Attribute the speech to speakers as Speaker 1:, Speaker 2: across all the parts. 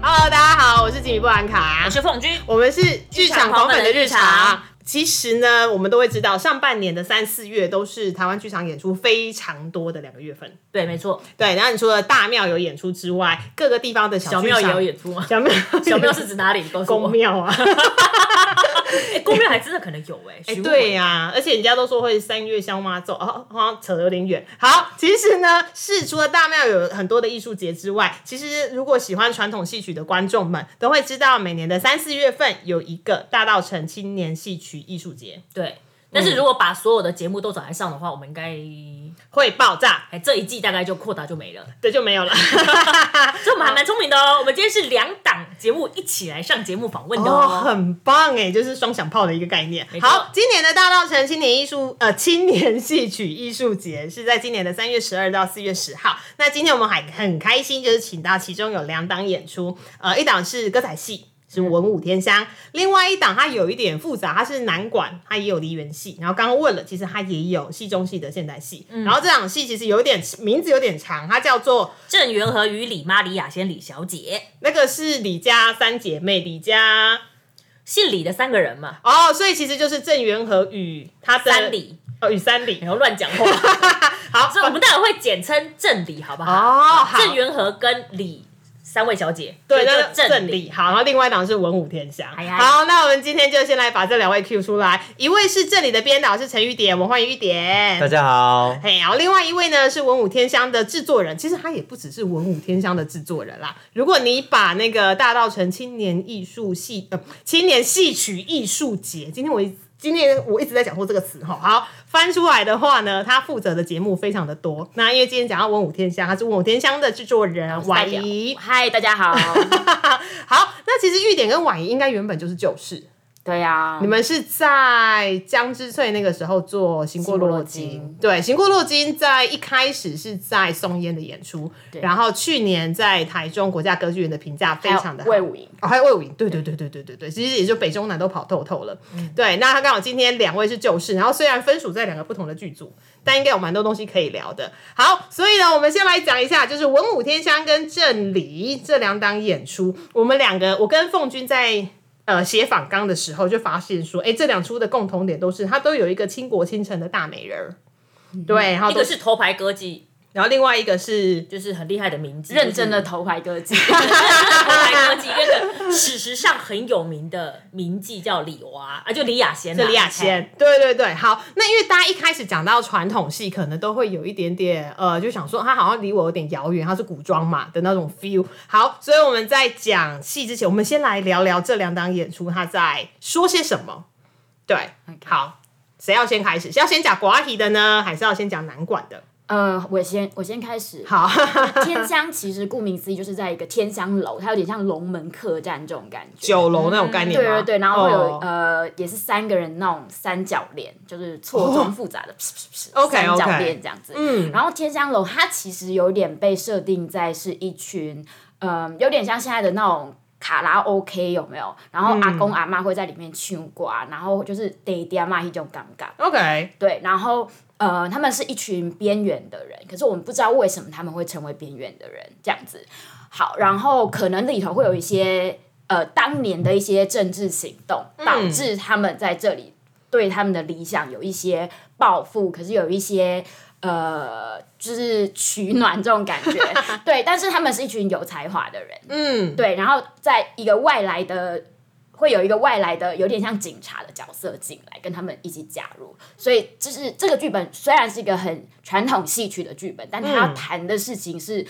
Speaker 1: Hello，大家好，我是吉米布兰卡
Speaker 2: 我，是凤君，
Speaker 1: 我们是剧场狂粉的日常。其实呢，我们都会知道，上半年的三四月都是台湾剧场演出非常多的两个月份。
Speaker 2: 对，没错，
Speaker 1: 对，然后你除了大庙有演出之外，各个地方的
Speaker 2: 小
Speaker 1: 剧
Speaker 2: 庙也
Speaker 1: 场
Speaker 2: 有，演出吗？
Speaker 1: 小庙
Speaker 2: 小庙是指哪里？告 诉
Speaker 1: 公
Speaker 2: 我。
Speaker 1: 庙啊，
Speaker 2: 哎，公庙还真的可能有哎。
Speaker 1: 哎、
Speaker 2: 询问
Speaker 1: 对呀、而且人家都说会三月香妈咒，哦，好像扯得有点远。好，其实呢，是除了大庙有很多的艺术节之外，其实如果喜欢传统戏曲的观众们都会知道，每年的三四月份有一个大道城青年戏曲艺术节
Speaker 2: 对。但是如果把所有的节目都找来上的话，我们应该
Speaker 1: 会爆炸，
Speaker 2: 哎这一季大概就扩大就没 了。
Speaker 1: 这就没有了。
Speaker 2: 所以我们还蛮聪明的哦。我们今天是两档节目一起来上节目访问的
Speaker 1: 哦，
Speaker 2: 哦。
Speaker 1: 很棒哎，就是双响炮的一个概念
Speaker 2: 没。错
Speaker 1: 好，今年的大稻城青年艺术呃青年戏曲艺术节是在今年的三月十二到四月十号。那今天我们还很开心，就是请到其中有两档演出，呃，一档是歌仔戏。是文武天香，另外一档它有一点复杂，它是南管，它也有梨园戏，然后刚刚问了，其实它也有戏中戏的现代戏，
Speaker 2: 嗯
Speaker 1: 然后这档戏其实有点名字有点长，它叫做
Speaker 2: 郑元和与李妈李雅仙李小姐，
Speaker 1: 那个是李家三姐妹，李家
Speaker 2: 姓李的三个人嘛，
Speaker 1: 哦，所以其实就是郑元和与他的
Speaker 2: 三李，
Speaker 1: 哦，与三里
Speaker 2: 然后乱讲 话。
Speaker 1: 好
Speaker 2: 所以我们待会会简称郑李，好不好？
Speaker 1: 哦好
Speaker 2: 郑元和跟李三位小姐，
Speaker 1: 对，
Speaker 2: 所以
Speaker 1: 那
Speaker 2: 就
Speaker 1: 郑
Speaker 2: 郑
Speaker 1: 里好，然后另外一档是文武天祥。
Speaker 2: 哎呀
Speaker 1: 好，那我们今天就先来把这两位 Q 出来，一位是这里的编导是陈玉典，我们欢迎玉
Speaker 3: 大
Speaker 1: 典。
Speaker 3: 家好，
Speaker 1: 嘿，然后另外一位呢是文武天香的制作人，其实他也不只是文武天香的制作人啦。如果你把那个大道城青年艺术系呃青年戏曲艺术节，今天我一今天我一直在讲说这个词哈，好翻出来的话呢，他负责的节目非常的多。那因为今天讲到文武天香，他是文武天香的制作人婉仪，
Speaker 2: 嗨，大家好。
Speaker 1: 好，那其实玉典跟婉仪应该原本就是旧事，
Speaker 2: 对啊呀
Speaker 1: 你，们是在江之翠那个时候做《行过落
Speaker 2: 行过
Speaker 1: 落金
Speaker 2: 落》金
Speaker 1: 对，《行过落金》在一开始是在松烟的演出，然后去年在台中国家歌剧院的评价非常的好。
Speaker 4: 武营，
Speaker 1: 哦，还有魏武营，对对对对对对对，其实也就北中南都跑透透了。
Speaker 2: 嗯
Speaker 1: 对，那他刚好今天两位是旧事，然后虽然分属在两个不同的剧组，但应该有蛮多东西可以聊的。好，所以呢，我们先来讲一下，就是文武天香跟郑离这两档演出，我们两个，我跟凤君在。呃，写访纲的时候就发现说，哎、这两出的共同点都是它都有一个倾国倾城的大美人儿，对，然后
Speaker 2: 嗯一
Speaker 1: 都
Speaker 2: 个是头牌歌姬，
Speaker 1: 然后另外一个是
Speaker 2: 就是很厉害的名字，
Speaker 4: 认真的
Speaker 2: 头
Speaker 4: 头牌歌姬，
Speaker 2: 牌歌姬，跟个史实上很有名的名妓叫李娃啊，就哎李雅仙啦，
Speaker 1: 是李亚仙，对对对，好，那因为大家一开始讲到传统戏，可能都会有一点点呃，就想说它好像离我有点遥远，它是古装嘛的那种 feel。好，所以我们在讲戏之前，我们先来聊聊这两档演出它在说些什么。对
Speaker 4: OK
Speaker 1: 好，谁要先开始？是要先讲国阿提的呢，还是要先讲南管的？
Speaker 4: 呃，我先我先开始。
Speaker 1: 好，
Speaker 4: 天香其实顾名思义就是在一个天香楼，它有点像龙门客栈这种感觉。
Speaker 1: 酒楼那种概念
Speaker 4: 对
Speaker 1: 吗、
Speaker 4: 嗯对对，然后会有、
Speaker 1: 哦
Speaker 4: 呃，也是三个人那种三角恋，就是错综复杂的， 噗噗噗
Speaker 1: OK，OK
Speaker 4: 三角恋这样子。
Speaker 1: 哦嗯
Speaker 4: 然后天香楼它其实有点被设定在是一群，嗯、有点像现在的那种。卡拉 OK 有没有？然后阿
Speaker 1: 嗯
Speaker 4: 公阿妈会在里面唱歌，啊然后就是爹爹妈一种尴尬。
Speaker 1: ，OK，
Speaker 4: 对，然后呃，他们是一群边缘的人，可是我们不知道为什么他们会成为边缘的人这样子。好，然后可能里头会有一些呃当年的一些政治行动，导致他们在这里对他们的理想有一些抱负，可是有一些。呃，就是取暖这种感觉， 对。但是他们是一群有才华的人，
Speaker 1: 嗯，
Speaker 4: 对，然后在一个外来的，会有一个外来的，有点像警察的角色进来，跟他们一起加入。所以，就是这个剧本虽然是一个很传统戏曲的剧本，但它
Speaker 1: 嗯
Speaker 4: 要谈的事情是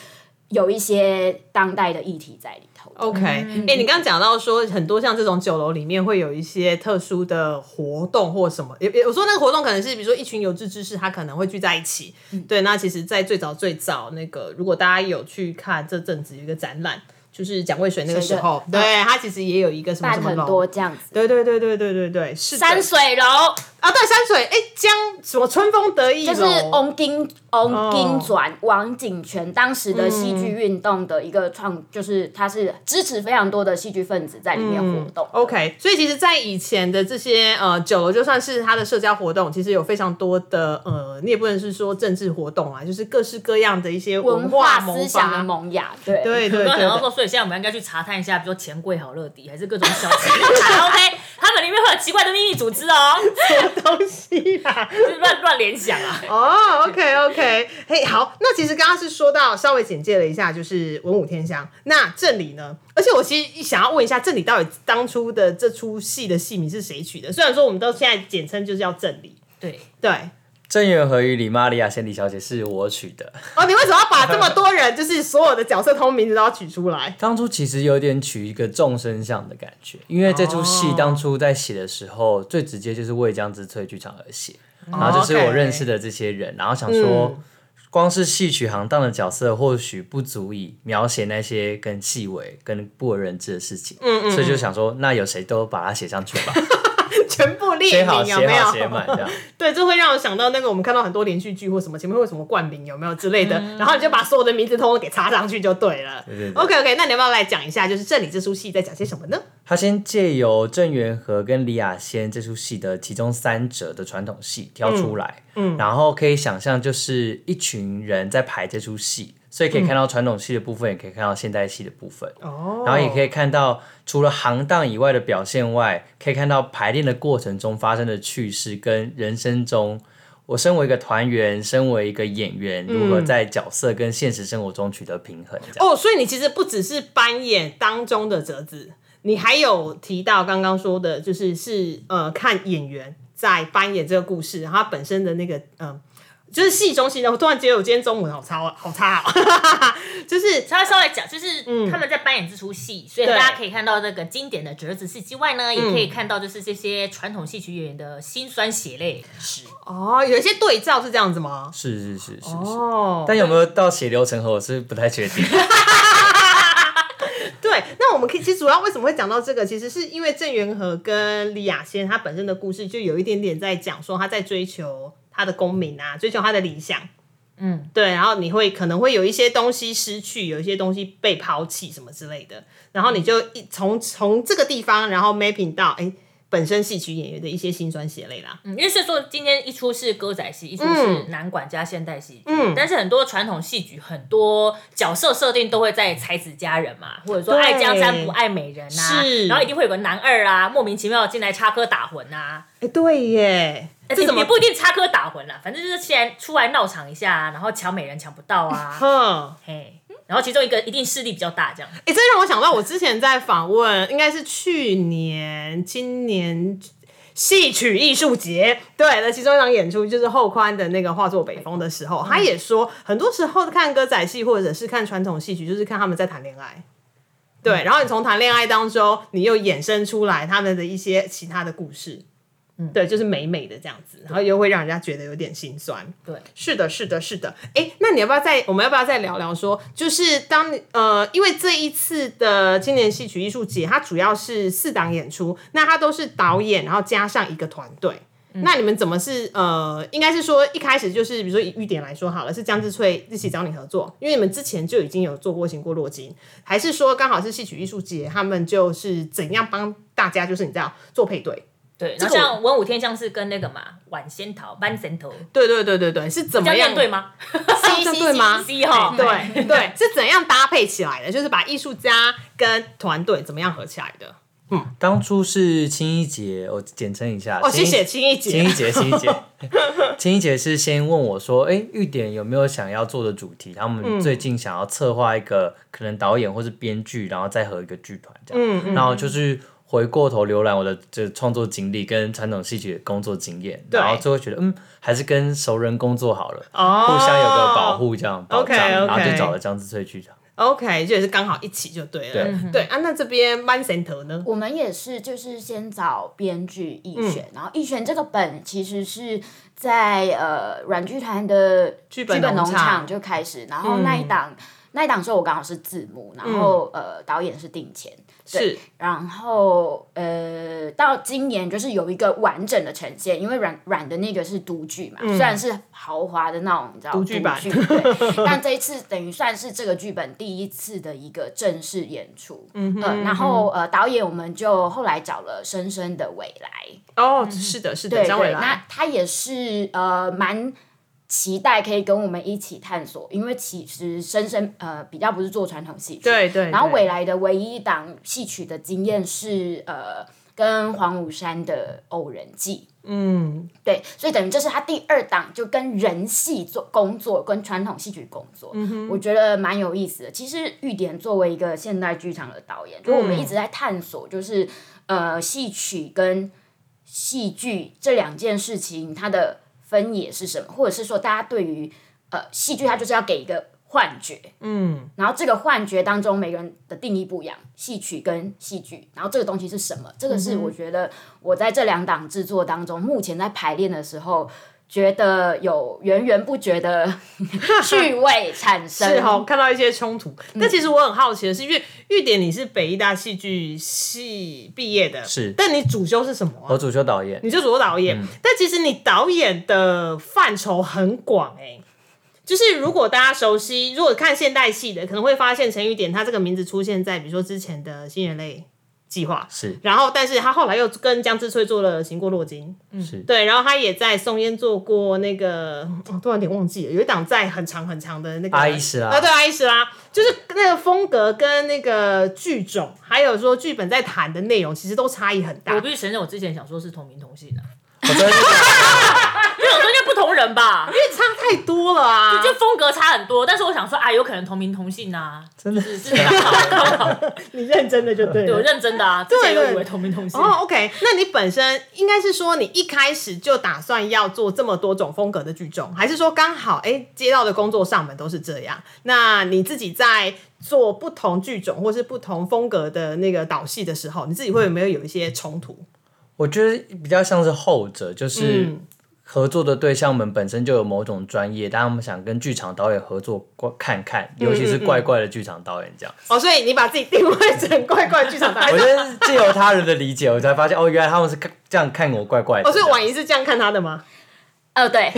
Speaker 4: 有一些当代的议题在里头的。
Speaker 1: OK，哎、你刚刚讲到说很多像这种酒楼里面会有一些特殊的活动或什么，也也我说那个活动可能是比如说一群有志之士，他可能会聚在一起。
Speaker 4: 嗯
Speaker 1: 对，那其实，在最早最早那个，如果大家有去看这阵子有一个展览。就是蒋渭水那个时
Speaker 4: 谁的
Speaker 1: 候，对他其实也有一个什么
Speaker 4: 办
Speaker 1: 什么
Speaker 4: 很
Speaker 1: 楼，
Speaker 4: 多这样子。
Speaker 1: 对对对对对对对，是的
Speaker 4: 山水楼
Speaker 1: 啊，对山水，哎，江什么春风得意
Speaker 4: 就是
Speaker 1: 楼，
Speaker 4: 翁金
Speaker 1: 哦
Speaker 4: 翁金转王景泉当时的戏剧
Speaker 1: 嗯
Speaker 4: 运动的一个创，就是他是支持非常多的戏剧分子在里面
Speaker 1: 嗯
Speaker 4: 活动。
Speaker 1: OK，所以其实，在以前的这些呃酒楼，就算是它的社交活动，其实有非常多的呃，你也不能是说政治活动啊，就是各式各样的一些
Speaker 4: 文
Speaker 1: 化
Speaker 4: 化
Speaker 1: 萌
Speaker 4: 思
Speaker 1: 发
Speaker 4: 想的萌芽，对
Speaker 1: 对对
Speaker 2: 我
Speaker 1: 对
Speaker 2: 刚刚想到
Speaker 1: 对
Speaker 2: 说，所以现在我们应该去查探一下，比如说钱柜好乐迪，还是各种小 吃卡拉 OK，他们里面会有奇怪的秘密组织哦，
Speaker 1: 东西啦。
Speaker 2: 就是乱乱联想啊。
Speaker 1: 哦，OK OK，嘿，好，那其实刚刚是说到稍微简介了一下，就是文武天香。那郑里呢？而且我其实想要问一下，郑里到底当初的这出戏的戏名是谁取的？虽然说我们都现在简称就是叫郑里，
Speaker 2: 对，
Speaker 1: 对。
Speaker 5: 郑源和与李玛利亚仙里小姐是我取的。
Speaker 1: 哦，你为什么要把这么多 人，就是所有的角色通名字都要取出来？
Speaker 5: 当初其实有点取一个众生相的感觉，因为这出戏当初在写的时候，最直接就是为江之翠剧场而写，然后就是我认识的这些人，然后想说，光是戏曲行当的角色或许不足以描写那些更细微、更不为人知的事情，嗯嗯所以就想说，那有谁都把它写上去吧，
Speaker 1: 全部列
Speaker 5: 写好、
Speaker 1: 名有
Speaker 5: 写
Speaker 1: 没
Speaker 5: 好、写
Speaker 1: 有？
Speaker 5: 满这样。
Speaker 1: 对，这会让我想到那个我们看到很多连续剧或什么前面会有什么冠名有没有之类的，然后你就把所有的名字通通给插上去就对了。
Speaker 5: 嗯对对
Speaker 1: OK OK，那你要不要来讲一下，就是这里这出戏在讲些什么呢？
Speaker 5: 他先借由郑元和跟李雅仙这出戏的其中三者的传统戏挑出来，嗯，然后可以想象就是一群人在排这出戏，所以可以看到传统戏的部分，也可以看到现代戏的部分，
Speaker 1: 哦
Speaker 5: 然后也可以看到除了行当以外的表现外，可以看到排练的过程中发生的趣事跟人生中。我身为一个团员，身为一个演员，如何在角色跟现实生活中取得平衡？这样、
Speaker 1: 哦，所以你其实不只是扮演当中的折子，你还有提到刚刚说的，就是是呃看演员在扮演这个故事，然后他本身的那个嗯、呃就是戏中戏的。我突然觉得我今天中文好差哦，好差哦，就是
Speaker 2: 稍微稍微讲，就是他们在扮演这出戏，所以
Speaker 1: 嗯对嗯
Speaker 2: 大家可以看到这个经典的折子戏之外呢，也可以看到就是这些传统戏曲演员的辛酸血泪史。
Speaker 1: 哦，有一些对照是这样子吗？
Speaker 5: 是是是是是。
Speaker 1: 哦，
Speaker 5: 但有没有到血流成河，我是不太确定。
Speaker 1: 对，那我们可以其实主要为什么会讲到这个，其实是因为郑元和跟李雅仙她本身的故事就有一点点在讲说她在追求她的功名啊，追求她的理想。
Speaker 2: 嗯，
Speaker 1: 对，然后你会可能会有一些东西失去，有一些东西被抛弃什么之类的，然后你就一从从这个地方，然后 mapping 到哎本身戏曲演员的一些辛酸血泪啦。
Speaker 2: 嗯，因为是说今天一出是歌仔戏，一出是南管加现代戏，嗯，
Speaker 1: 嗯
Speaker 2: 但是很多传统戏剧很多角色设定都会在才子佳人嘛，或者说
Speaker 1: 对
Speaker 2: 爱江山不爱美人啊，
Speaker 1: 是
Speaker 2: 然后一定会有个男二啊，莫名其妙进来插科打诨啊，
Speaker 1: 哎，对耶，哎
Speaker 2: 呃
Speaker 1: 这
Speaker 2: 也
Speaker 1: 怎么
Speaker 2: 也不一定插科打诨啦，反正就是先出来闹场一下、啊，然后抢美人抢不到啊，
Speaker 1: 哼？
Speaker 2: 嘿，然后其中一个一定势力比较大，这样。
Speaker 1: 哎、这让我想到我之前在访问，应该是去年、今年戏曲艺术节对的其中一场演出，就是后宽的那个画作北风的时候，他也说，很多时候看歌仔戏或者是看传统戏曲，就是看他们在谈恋爱。对，然后你从谈恋爱当中，你又衍生出来他们的一些其他的故事，嗯，对，就是美美的这样子，然后又会让人家觉得有点心酸。
Speaker 2: 对，
Speaker 1: 是的，是的，是的。哎，那你要不要再，我们要不要再聊聊说，就是当你呃，因为这一次的青年戏曲艺术节，它主要是四档演出，那它都是导演，然后加上一个团队。那你们怎么是呃，应该是说一开始就是，比如说以玉典来说好了，是江之翠一起找你合作，因为你们之前就已经有做过《行过洛金》，还是说刚好是戏曲艺术节，他们就是怎样帮大家，就是你知道做配对？
Speaker 2: 对，
Speaker 1: 这
Speaker 2: 然
Speaker 1: 个
Speaker 2: 后
Speaker 1: 我
Speaker 2: 像文武天香是跟那个嘛晚仙桃、班仙桃，
Speaker 1: 对对对对对，是怎
Speaker 2: 这
Speaker 1: 么
Speaker 2: 样
Speaker 1: 样
Speaker 2: 对 吗？
Speaker 1: 这样对吗？
Speaker 2: C 哈，
Speaker 1: 对对， 是怎样搭配起来的？就是把艺术家跟团队怎么样合起来的？
Speaker 5: 当初是青一姐，我简称一下。
Speaker 1: 哦，谢谢
Speaker 5: 青
Speaker 1: 青一
Speaker 5: 一青
Speaker 1: 姐
Speaker 5: 一。姐，青一姐， 青一姐是先问我说：“哎、玉典有没有想要做的主题？他
Speaker 1: 嗯
Speaker 5: 们最近想要策划一个可能导演或是编剧，然后再和一个剧团这样。
Speaker 1: 嗯
Speaker 5: 然后就是回过头浏览我的这创作经历跟传统戏曲的工作经验，
Speaker 1: 对
Speaker 5: 然后就会觉得嗯，还是跟熟人工作好了，
Speaker 1: 哦
Speaker 5: 互相有个保护这样保障
Speaker 1: OK，OK
Speaker 5: 然后就找了江之翠剧场。
Speaker 1: OK，就也是刚好一起就对了。对啊，那这边 Man Center 呢？
Speaker 4: 我们也是，就是先找编剧易选，然后易选这个本其实是在呃软剧团的
Speaker 1: 剧
Speaker 4: 剧
Speaker 1: 本
Speaker 4: 本
Speaker 1: 农
Speaker 4: 农
Speaker 1: 场
Speaker 4: 场就开始，然后那一档、那一档时候我刚好是字幕，然后、呃导演是定前，对
Speaker 1: 是
Speaker 4: 然后呃到今年就是有一个完整的呈现，因为软软的那个是独剧嘛，虽然是豪华的那种你知道
Speaker 1: 嗯独剧版
Speaker 4: 对但这一次等于算是这个剧本第一次的一个正式演出，嗯呃、然后呃导演我们就后来找了深深的未来。
Speaker 1: 哦，是的，是的，
Speaker 4: 对
Speaker 1: 张伟
Speaker 4: 对，
Speaker 1: 来
Speaker 4: 那他也是呃蛮期待可以跟我们一起探索，因为其实深深呃比较不是做传统戏曲，
Speaker 1: 对对
Speaker 4: 然后
Speaker 1: 对
Speaker 4: 未来的唯一一档戏曲的经验是呃跟黄武山的《偶人记》。
Speaker 1: 嗯，
Speaker 4: 对，所以等于这是他第二档，就跟人戏做工作，跟传统戏曲工作，
Speaker 1: 嗯
Speaker 4: 我觉得蛮有意思的。其实玉典作为一个现代剧场的导
Speaker 1: 嗯
Speaker 4: 演，就我们一直在探索，就是、呃戏曲跟戏剧这两件事情它的分野是什么，或者是说大家对于呃戏剧它就是要给一个幻觉，嗯，然后这个幻觉当中每个人的定义不一样，戏曲跟戏剧，然后这个东西是什么？这个是我觉得我在这两档制作当中，目前在排练的时候。觉得有源源不绝的 趣味产生，
Speaker 1: 是哈，看到一些冲突。但其实我很好奇的是，因为玉典你是北医大戏剧系毕业的，
Speaker 5: 是
Speaker 1: 但你主修是什么啊
Speaker 5: 我主修导演
Speaker 1: 你，就主做导演，但其实你导演的范畴很广哎、就是如果大家熟悉，如果看现代戏的，可能会发现陈玉典他这个名字出现在比如说之前的新人类计划，
Speaker 5: 是
Speaker 1: 然后但是他后来又跟江之翠做了《行过洛金》，
Speaker 5: 是，
Speaker 1: 对，然后他也在松烟做过那个，哦、突然有点忘记了，有一档在很长很长的那个
Speaker 5: 阿伊斯拉
Speaker 1: 啊，对，阿伊斯拉，就是那个风格跟那个剧种，还有说剧本在谈的内容，其实都差异很大。
Speaker 2: 我必须承认，我之前想说是同名同姓的，
Speaker 5: 我真的是
Speaker 2: 因为我说应该不同人吧，
Speaker 1: 因为差太多了啊！
Speaker 2: 就风格差很多。但是我想说啊，有可能同名同姓啊，真的是是刚好刚好，
Speaker 1: 你认真的就对
Speaker 2: 对 我
Speaker 1: 了。
Speaker 2: 认真的啊，之前
Speaker 1: 对
Speaker 2: 有以为同名同姓。
Speaker 1: 哦、o k 那你本身应该是说你一开始就打算要做这么多种风格的剧种，还是说刚好哎、诶接到的工作上门都是这样？那你自己在做不同剧种或是不同风格的那个导戏的时候，你自己会有没有有一些冲突？
Speaker 5: 我觉得比较像是后者，就是
Speaker 1: 嗯
Speaker 5: 合作的对象们本身就有某种专业，但他们想跟剧场导演合作过看看，
Speaker 1: 嗯
Speaker 5: 尤其是怪怪的剧场导演这样。
Speaker 1: 哦，所以你把自己定位成怪怪 剧场大
Speaker 5: 我
Speaker 1: 师
Speaker 5: 觉。得是借由他人的理解，我才发现哦，原来他们是看这样看我怪怪 的。
Speaker 1: 哦，所以婉仪是这样看他的吗？
Speaker 4: 呃，对，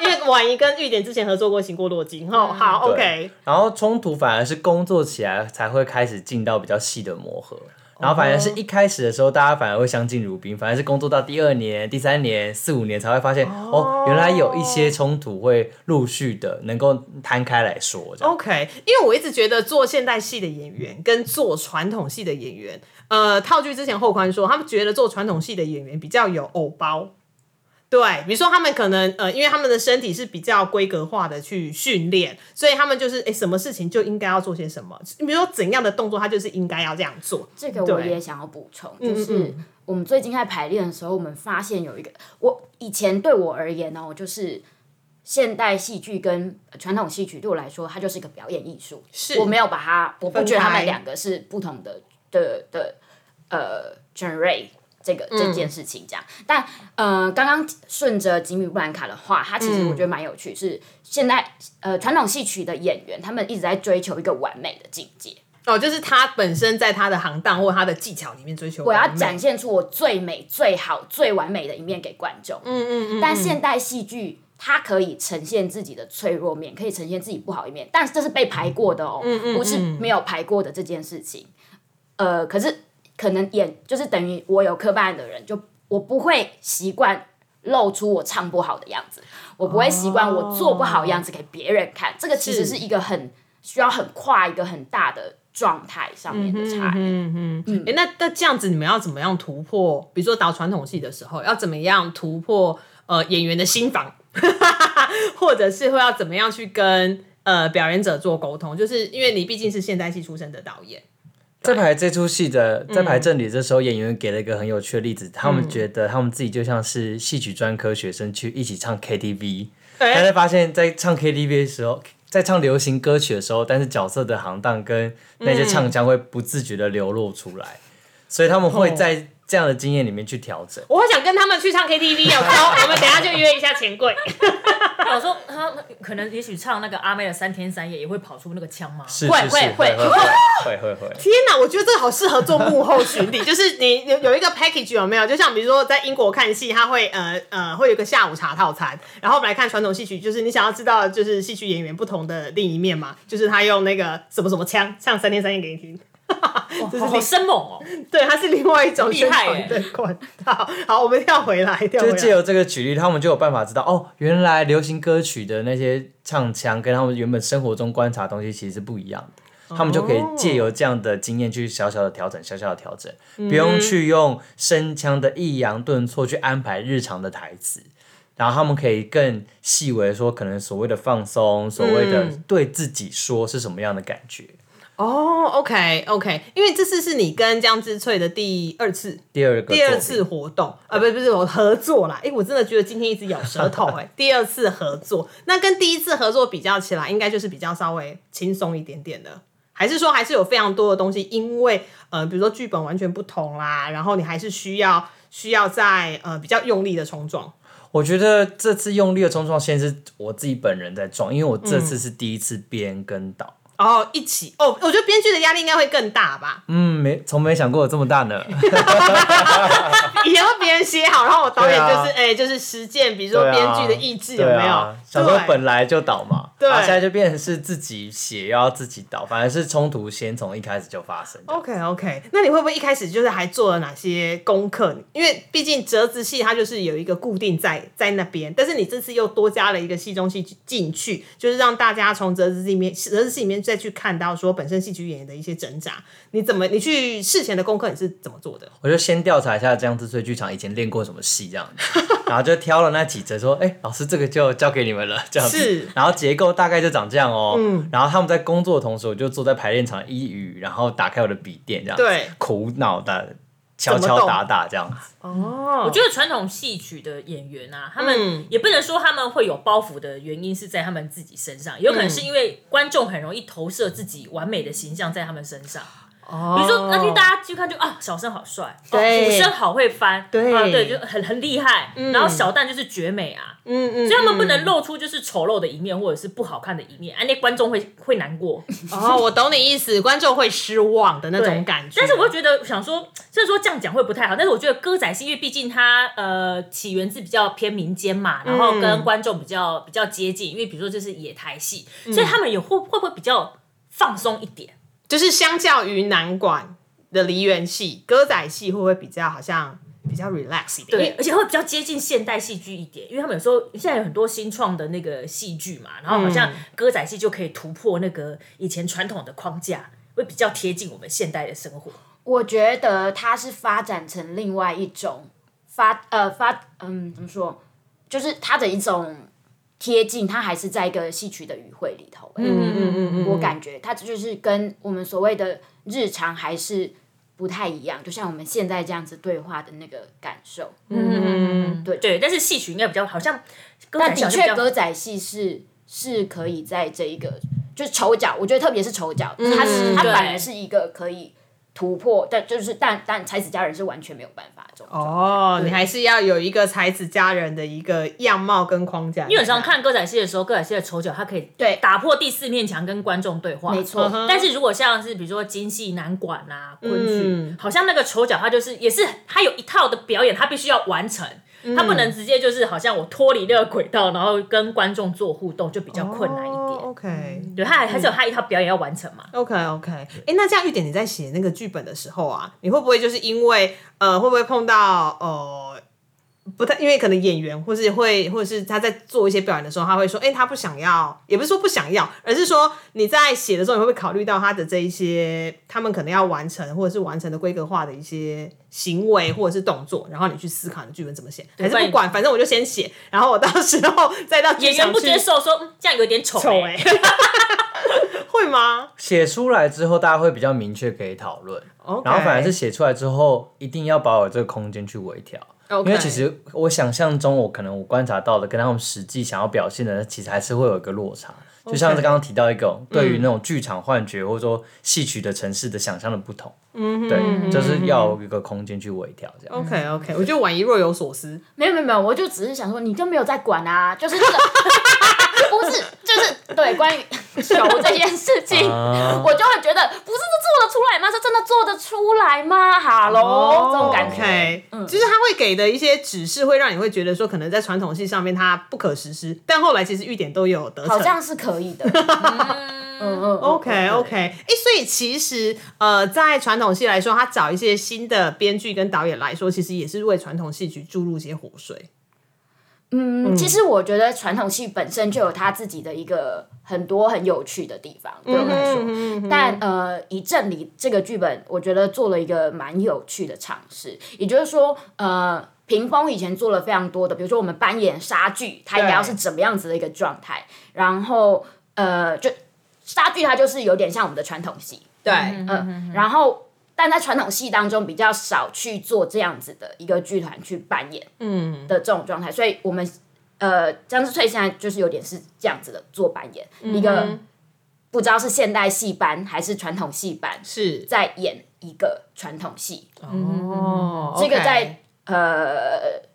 Speaker 1: 因为婉仪跟玉典之前合作过《行过洛金》哦，好
Speaker 5: 对
Speaker 1: ，OK，
Speaker 5: 然后冲突反而是工作起来才会开始进到比较细的磨合。
Speaker 1: 哦
Speaker 5: 然后反而是一开始的时候，大家反而会相敬如宾，反而是工作到第二年、第三年、四五年才会发现，哦，原来有一些冲突会陆续的能够摊开来说，这样。
Speaker 1: OK，因为我一直觉得做现代戏的演员跟做传统戏的演员，呃，套句之前后宽说，他们觉得做传统戏的演员比较有偶包。对，比如说他们可能呃，因为他们的身体是比较规格化的去训练，所以他们就是诶，什么事情就应该要做些什么。你比如说怎样的动作，他就是应该要这样做。
Speaker 4: 这个我
Speaker 1: 对嗯
Speaker 4: 也想要补充，就是我们最近在排练的时候，我们发现有一个，我以前对我而言呢、我就是现代戏剧跟呃传统戏曲对我来说，它就是一个表演艺术，
Speaker 1: 是
Speaker 4: 我没有把它，我不
Speaker 1: 分
Speaker 4: 觉得他
Speaker 1: 开
Speaker 4: 们两个是不同的的的呃 generate。这
Speaker 1: 嗯
Speaker 4: 个这件事情这样，但呃，刚刚顺着吉米布兰卡的话，他其实
Speaker 1: 嗯
Speaker 4: 我觉得蛮有趣，是现在呃传统戏曲的演员，他们一直在追求一个完美的境界，
Speaker 1: 哦，就是他本身在他的行当或他的技巧里面追求
Speaker 4: 我
Speaker 1: 完美。
Speaker 4: 要展现出我最美、最好、最完美的一面给观众。嗯嗯嗯。但现代戏剧它可以呈现自己的脆弱面，可以呈现自己不好一面，但是这是被排过的哦，不是没有排过的这件事情。呃，可是可能演就是等于我有科班的人，就我不会习惯。露出我唱不好的样子，我不会习惯我做不好的样子给别人看。这个其实
Speaker 1: 是
Speaker 4: 是一个很需要很跨一个很大的状态上面的差异。
Speaker 1: 诶，那那这样子，你们要怎么样突破？比如说导传统戏的时候，要怎么样突破呃演员的心房， 或者是会要怎么样去跟呃表演者做沟通？就是因为你毕竟是现代戏出身的导演，
Speaker 5: 在排这出戏的，
Speaker 4: 嗯
Speaker 5: 在排这里的时候，演员给了一个很有趣的例子，他们觉得他们自己就像是戏曲专科学生去一起唱 KTV，
Speaker 1: 哎
Speaker 5: 大家发现，在唱 KTV 的时候，在唱流行歌曲的时候，但是角色
Speaker 4: 哦
Speaker 5: 的行当跟那些唱腔会不自觉的流露出来，所以他们会在这样的经验里面去调整。
Speaker 1: 我想跟他们去唱 KTV 哦，高，我们等一下就约一下钱柜。
Speaker 2: 有时候他啊可能也许唱那个阿妹的三天三夜也会跑出那个腔吗？
Speaker 5: 是
Speaker 4: 会
Speaker 5: 是是
Speaker 4: 会
Speaker 5: 会
Speaker 4: 会
Speaker 5: 会会会。
Speaker 1: 天哪，我觉得这个好适合做幕后巡礼， 就是你有有一个 package 有没有？就像比如说在英国看戏，他会呃呃会有一个下午茶套餐，然后我们来看传统戏曲，就是你想要知道就是戏曲演员不同的另一面嘛，就是他用那个什么什么腔唱三天三夜给你听。 这是
Speaker 2: 哇好生猛哦！
Speaker 1: 对，它是另外一种
Speaker 2: 厉害
Speaker 1: 宣传的管道。好，我们跳回来，跳回
Speaker 5: 就是借
Speaker 1: 来。
Speaker 5: 由这个举例，他们就有办法知道哦，原来流行歌曲的那些唱腔跟他们原本生活中观察的东西其实是不一样的。他们就可以借由这样的经验去小小的调整，小小的调整，
Speaker 1: 嗯
Speaker 5: 不用去用声腔的抑扬顿挫去安排日常的台词，然后他们可以更细微地说，可能所谓的放松，所谓的
Speaker 1: 嗯
Speaker 5: 对自己说是什么样的感觉。
Speaker 1: 哦，OK OK，因为这次是你跟江之翠的第二次，
Speaker 5: 第二个，
Speaker 1: 第二次，活动，呃，不是不是我合作啦。哎、我真的觉得今天一直咬舌头、哎， 第二次合作，那跟第一次合作比较起来，应该就是比较稍微轻松一点点的。还是说，还是有非常多的东西，因为呃，比如说剧本完全不同啦，然后你还是需要需要在呃比较用力的冲撞。
Speaker 5: 我觉得这次用力的冲撞，先是我自己本人在撞，因为我这
Speaker 1: 嗯
Speaker 5: 次是第一次编跟导。
Speaker 1: 哦，一起哦，我觉得编剧的压力应该会更大 吧。
Speaker 5: 嗯，没从没想过有这么大 呢。
Speaker 1: 以前都别人写好，然后我导演
Speaker 5: 对
Speaker 1: 就
Speaker 5: 啊
Speaker 1: 是哎、就是实践，比如说编剧的意志有
Speaker 5: 对
Speaker 1: 没有
Speaker 5: 啊？想说
Speaker 1: 对
Speaker 5: 本来就倒嘛，
Speaker 1: 对
Speaker 5: 然后现在就变成是自己写，又要自己倒，反而是冲突先从一开始就发生。
Speaker 1: OK OK，那你会不会一开始就是还做了哪些功课？因为毕竟折子戏它就是有一个固定在在那边，但是你这次又多加了一个戏中戏进去，就是让大家从折子戏里面 折子戏里面再去看到说本身戏曲演员的一些挣扎。你怎么你去事前的功课你是怎么做的？
Speaker 5: 我就先调查一下这样子，所以剧场以前练过什么戏这样 子，然后就挑了那几则说，哎、老师这个就交给你们了这样子。
Speaker 1: 是
Speaker 5: 然后结构大概就长这样哦。嗯。然后他们在工作的同时，我就坐在排练场一语，然后打开我的笔电这样子，
Speaker 1: 对
Speaker 5: 苦恼的敲
Speaker 1: 怎么
Speaker 5: 敲
Speaker 1: 动
Speaker 5: 打打这样子。
Speaker 1: 哦，
Speaker 2: 我觉得传统戏曲的演员啊，他们
Speaker 1: 嗯
Speaker 2: 也不能说他们会有包袱的原因是在他们自己身上，有可能
Speaker 1: 嗯
Speaker 2: 是因为观众很容易投射自己完美的形象在他们身上。
Speaker 1: 得
Speaker 2: 比如说，那天大家去看就啊，小生好帅，
Speaker 1: 哦对
Speaker 2: 哦武生好会翻，
Speaker 1: 对
Speaker 2: 啊，对，就很很厉害。然后小旦就是绝美啊，
Speaker 1: 嗯嗯，
Speaker 2: 所以他们不能露出就是丑陋的一面或者是不好看的一面，哎，那观众会会难过。
Speaker 1: 哦，我懂你意思，观众会失望的那种
Speaker 2: 对
Speaker 1: 感 觉。
Speaker 2: 但是我又觉得想说，虽然说这样讲会不太好，但是我觉得歌仔戏，因为毕竟它呃起源自比较偏民间嘛，然后跟观众比较比较接近，因为比如说这是野台戏，所以他们也会会不会比较放松一点？
Speaker 1: 就是相较于南管的梨园戏、歌仔戏，会不会比较好像比较 relax 一点？
Speaker 2: 对，而且会比较接近现代戏剧一点，因为他们有时候现在有很多新创的那个戏剧嘛，然后好像歌仔戏就可以突破那个以前传统的框架，会比较贴近我们现代的生活。
Speaker 4: 我觉得它是发展成另外一种发呃发嗯怎么说，就是它的一种贴近，它还是在一个戏曲的语汇里头。嗯嗯嗯嗯，我感觉它就是跟我们所谓的日常还是不太一样，就像我们现在这样子对话的那个感受。
Speaker 2: 嗯，
Speaker 4: 对
Speaker 2: 对，但是戏曲应该比较好像歌
Speaker 4: 那
Speaker 2: 仔戏
Speaker 4: 的
Speaker 2: 好像比
Speaker 4: 确，
Speaker 2: 较
Speaker 4: 歌仔戏是是可以在这一个就是丑角，我觉得特别是丑角，它是它
Speaker 2: 对
Speaker 4: 反而是一个可以突破，但就是但但才子佳人是完全没有办法这种状态。
Speaker 1: 哦，你还是要有一个才子佳人的一个样貌跟框架。
Speaker 2: 因为有时候看歌仔戏的时候，歌仔戏的丑角他可以
Speaker 4: 对
Speaker 2: 打破第四面墙跟观众对话，
Speaker 4: 没错嗯
Speaker 1: 哼
Speaker 2: 但是如果像是比如说京戏、南管啊、昆曲，
Speaker 1: 嗯
Speaker 2: 好像那个丑角他就是也是他有一套的表演，他必须要完成。
Speaker 1: 嗯
Speaker 2: 他不能直接就是好像我脱离那个轨道，然后跟观众做互动，就比较困难一点。
Speaker 1: 哦 OK
Speaker 2: 对，他还还是
Speaker 1: 嗯
Speaker 2: 有他一套表演要完成嘛。
Speaker 1: OK OK，哎、诶那这样玉典你在写那个剧本的时候啊，你会不会就是因为呃，会不会碰到呃？不太，因为可能演员或是会，或者是他在做一些表演的时候，他会说：“哎、他不想要，也不是说不想要，而是说你在写的时候，你会不会考虑到他的这一些，他们可能要完成或者是完成的规格化的一些行为或者是动作，然后你去思考你的剧本怎么写，还是不管，反正我就先写，然后我到时候 再到剧
Speaker 2: 演员
Speaker 1: 场
Speaker 2: 不
Speaker 1: 去
Speaker 2: 接受说，嗯，这样有点丑、
Speaker 1: 丑
Speaker 2: 欸
Speaker 1: 哎、 会吗？
Speaker 5: 写出来之后，大家会比较明确可以讨论。
Speaker 1: OK
Speaker 5: 然后反而是写出来之后，一定要把我这个空间去微调。
Speaker 1: OK
Speaker 5: 因为其实我想象中，我可能我观察到的，跟他们实际想要表现的，其实还是会有一个落差。就像刚刚提到一个，对于那种剧场幻觉或者说戏曲的城市的想象的不同，嗯，对，就是要有一个空间去微调这样。
Speaker 1: OK OK，我觉得婉仪若有所思，
Speaker 4: 没有没有没有，我就只是想说，你就没有在管啊，就是这个， 不是，就是对关于球这件事情，
Speaker 5: 啊
Speaker 4: 我就会觉得，不是这做得出来吗？这真的做得出来吗哈喽，这种感觉。
Speaker 1: OK，就是
Speaker 2: 嗯
Speaker 1: 他会给的一些指示，会让你会觉得说，可能在传统戏上面它不可实施，但后来其实玉典都有得逞
Speaker 4: 好。像是可以的。嗯嗯嗯
Speaker 1: OK OK，哎、所以其实呃，在传统戏来说，他找一些新的编剧跟导演来说，其实也是为传统戏曲注入一些活水。
Speaker 4: 嗯，其实我觉得传统戏本身就有它自己的一个很多很有趣的地方，对我来说。
Speaker 1: 嗯
Speaker 4: 但呃，以正理这个剧本，我觉得做了一个蛮有趣的尝试，也就是说，呃。屏风以前做了非常多的，比如说我们扮演杀剧，它应该要是怎么样子的一个状态，然后呃，就杀剧它就是有点像我们的传统戏，
Speaker 1: 对，
Speaker 4: 嗯，然后但在传统戏当中比较少去做这样子的一个剧团去扮演，嗯的这种状态，所以我们呃江之翠现在就是有点是这样子的做扮演，一个不知道是现代戏班还是传统戏班
Speaker 1: 是
Speaker 4: 在演一个传统戏，
Speaker 1: 哦，
Speaker 4: 这个
Speaker 1: OK
Speaker 4: 在呃。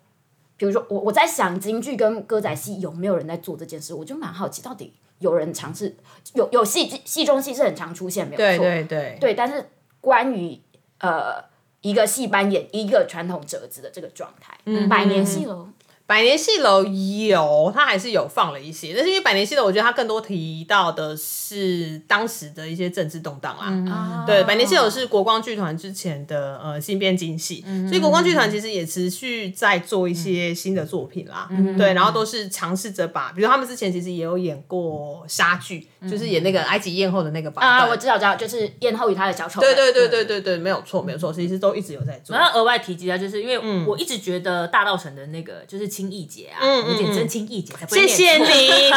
Speaker 4: 比如说，我我在想京剧跟歌仔戏有没有人在做这件事，我就蛮好奇，到底有人尝试有有戏剧戏中戏是很常出现，没有
Speaker 1: 对
Speaker 4: 错，
Speaker 1: 对对
Speaker 4: 对，但是关于呃一个戏班演一个传统折子的这个状态，
Speaker 1: 嗯
Speaker 4: 百年戏楼，
Speaker 1: 百年戏楼有，它还是有放了一些，但是因为百年戏楼，我觉得它更多提到的是当时的一些政治动荡啦。
Speaker 4: 哦
Speaker 1: 对，百年戏楼是国光剧团之前的呃新编京戏，
Speaker 4: 嗯
Speaker 1: 所以国光剧团其实也持续在做一些新的作品啦。
Speaker 4: 嗯
Speaker 1: 对，然后都是尝试着把，比如他们之前其实也有演过莎剧，就是演那个埃及艳后的那个版
Speaker 4: 嗯啊，
Speaker 1: 本。
Speaker 4: 我知道，我知道，就是燕后与他的小丑们，
Speaker 1: 对对对对对对，没有错没有错，其实都一直有在做
Speaker 2: 我。
Speaker 4: 嗯
Speaker 2: 要额外提及一下，就是因为我一直觉得大道城的那个就是轻易姐啊，我简称轻易姐，才不会
Speaker 1: 谢
Speaker 2: 念错
Speaker 1: 谢你，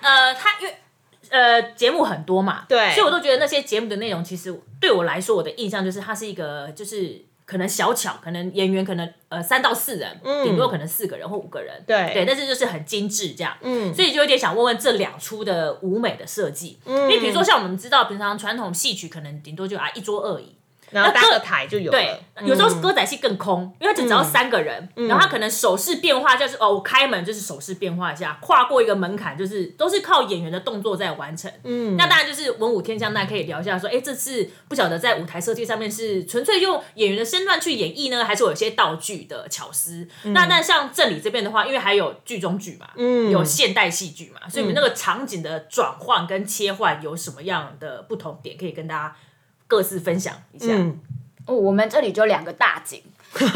Speaker 2: 呃，他因为呃节目很多嘛，
Speaker 1: 对
Speaker 2: 所以我都觉得那些节目的内容，其实对我来说，我的印象就是它是一个就是。可能小巧，可能演员可能呃三到四人，顶多可能四个人或五个人，
Speaker 1: 嗯对
Speaker 2: 对，但是就是很精致这样，嗯，所以就有点想问问这两出的舞美的设计，
Speaker 1: 嗯
Speaker 2: 因为比如说像我们知道平常传统戏曲可能顶多就啊一桌二椅，
Speaker 1: 然后搭
Speaker 2: 那
Speaker 1: 个
Speaker 2: 个
Speaker 1: 台就有
Speaker 2: 对
Speaker 1: 了。，
Speaker 2: 有时候歌仔戏更空，因为它就只要三个人，然后他可能手势变化就是哦，我开门就是手势变化一下，跨过一个门槛，就是都是靠演员的动作在完成。嗯，那当然就是文武天将，大家可以聊一下说，哎，这次不晓得在舞台设计上面是纯粹用演员的身段去演绎呢，还是有一些道具的巧思？那那像这里这边的话，因为还有剧中剧嘛，嗯，有现代戏剧嘛，所以你们那个场景的转换跟切换有什么样的不同点，可以跟大家各自分享一下？
Speaker 1: 嗯，
Speaker 4: 哦，我们这里就两个大景。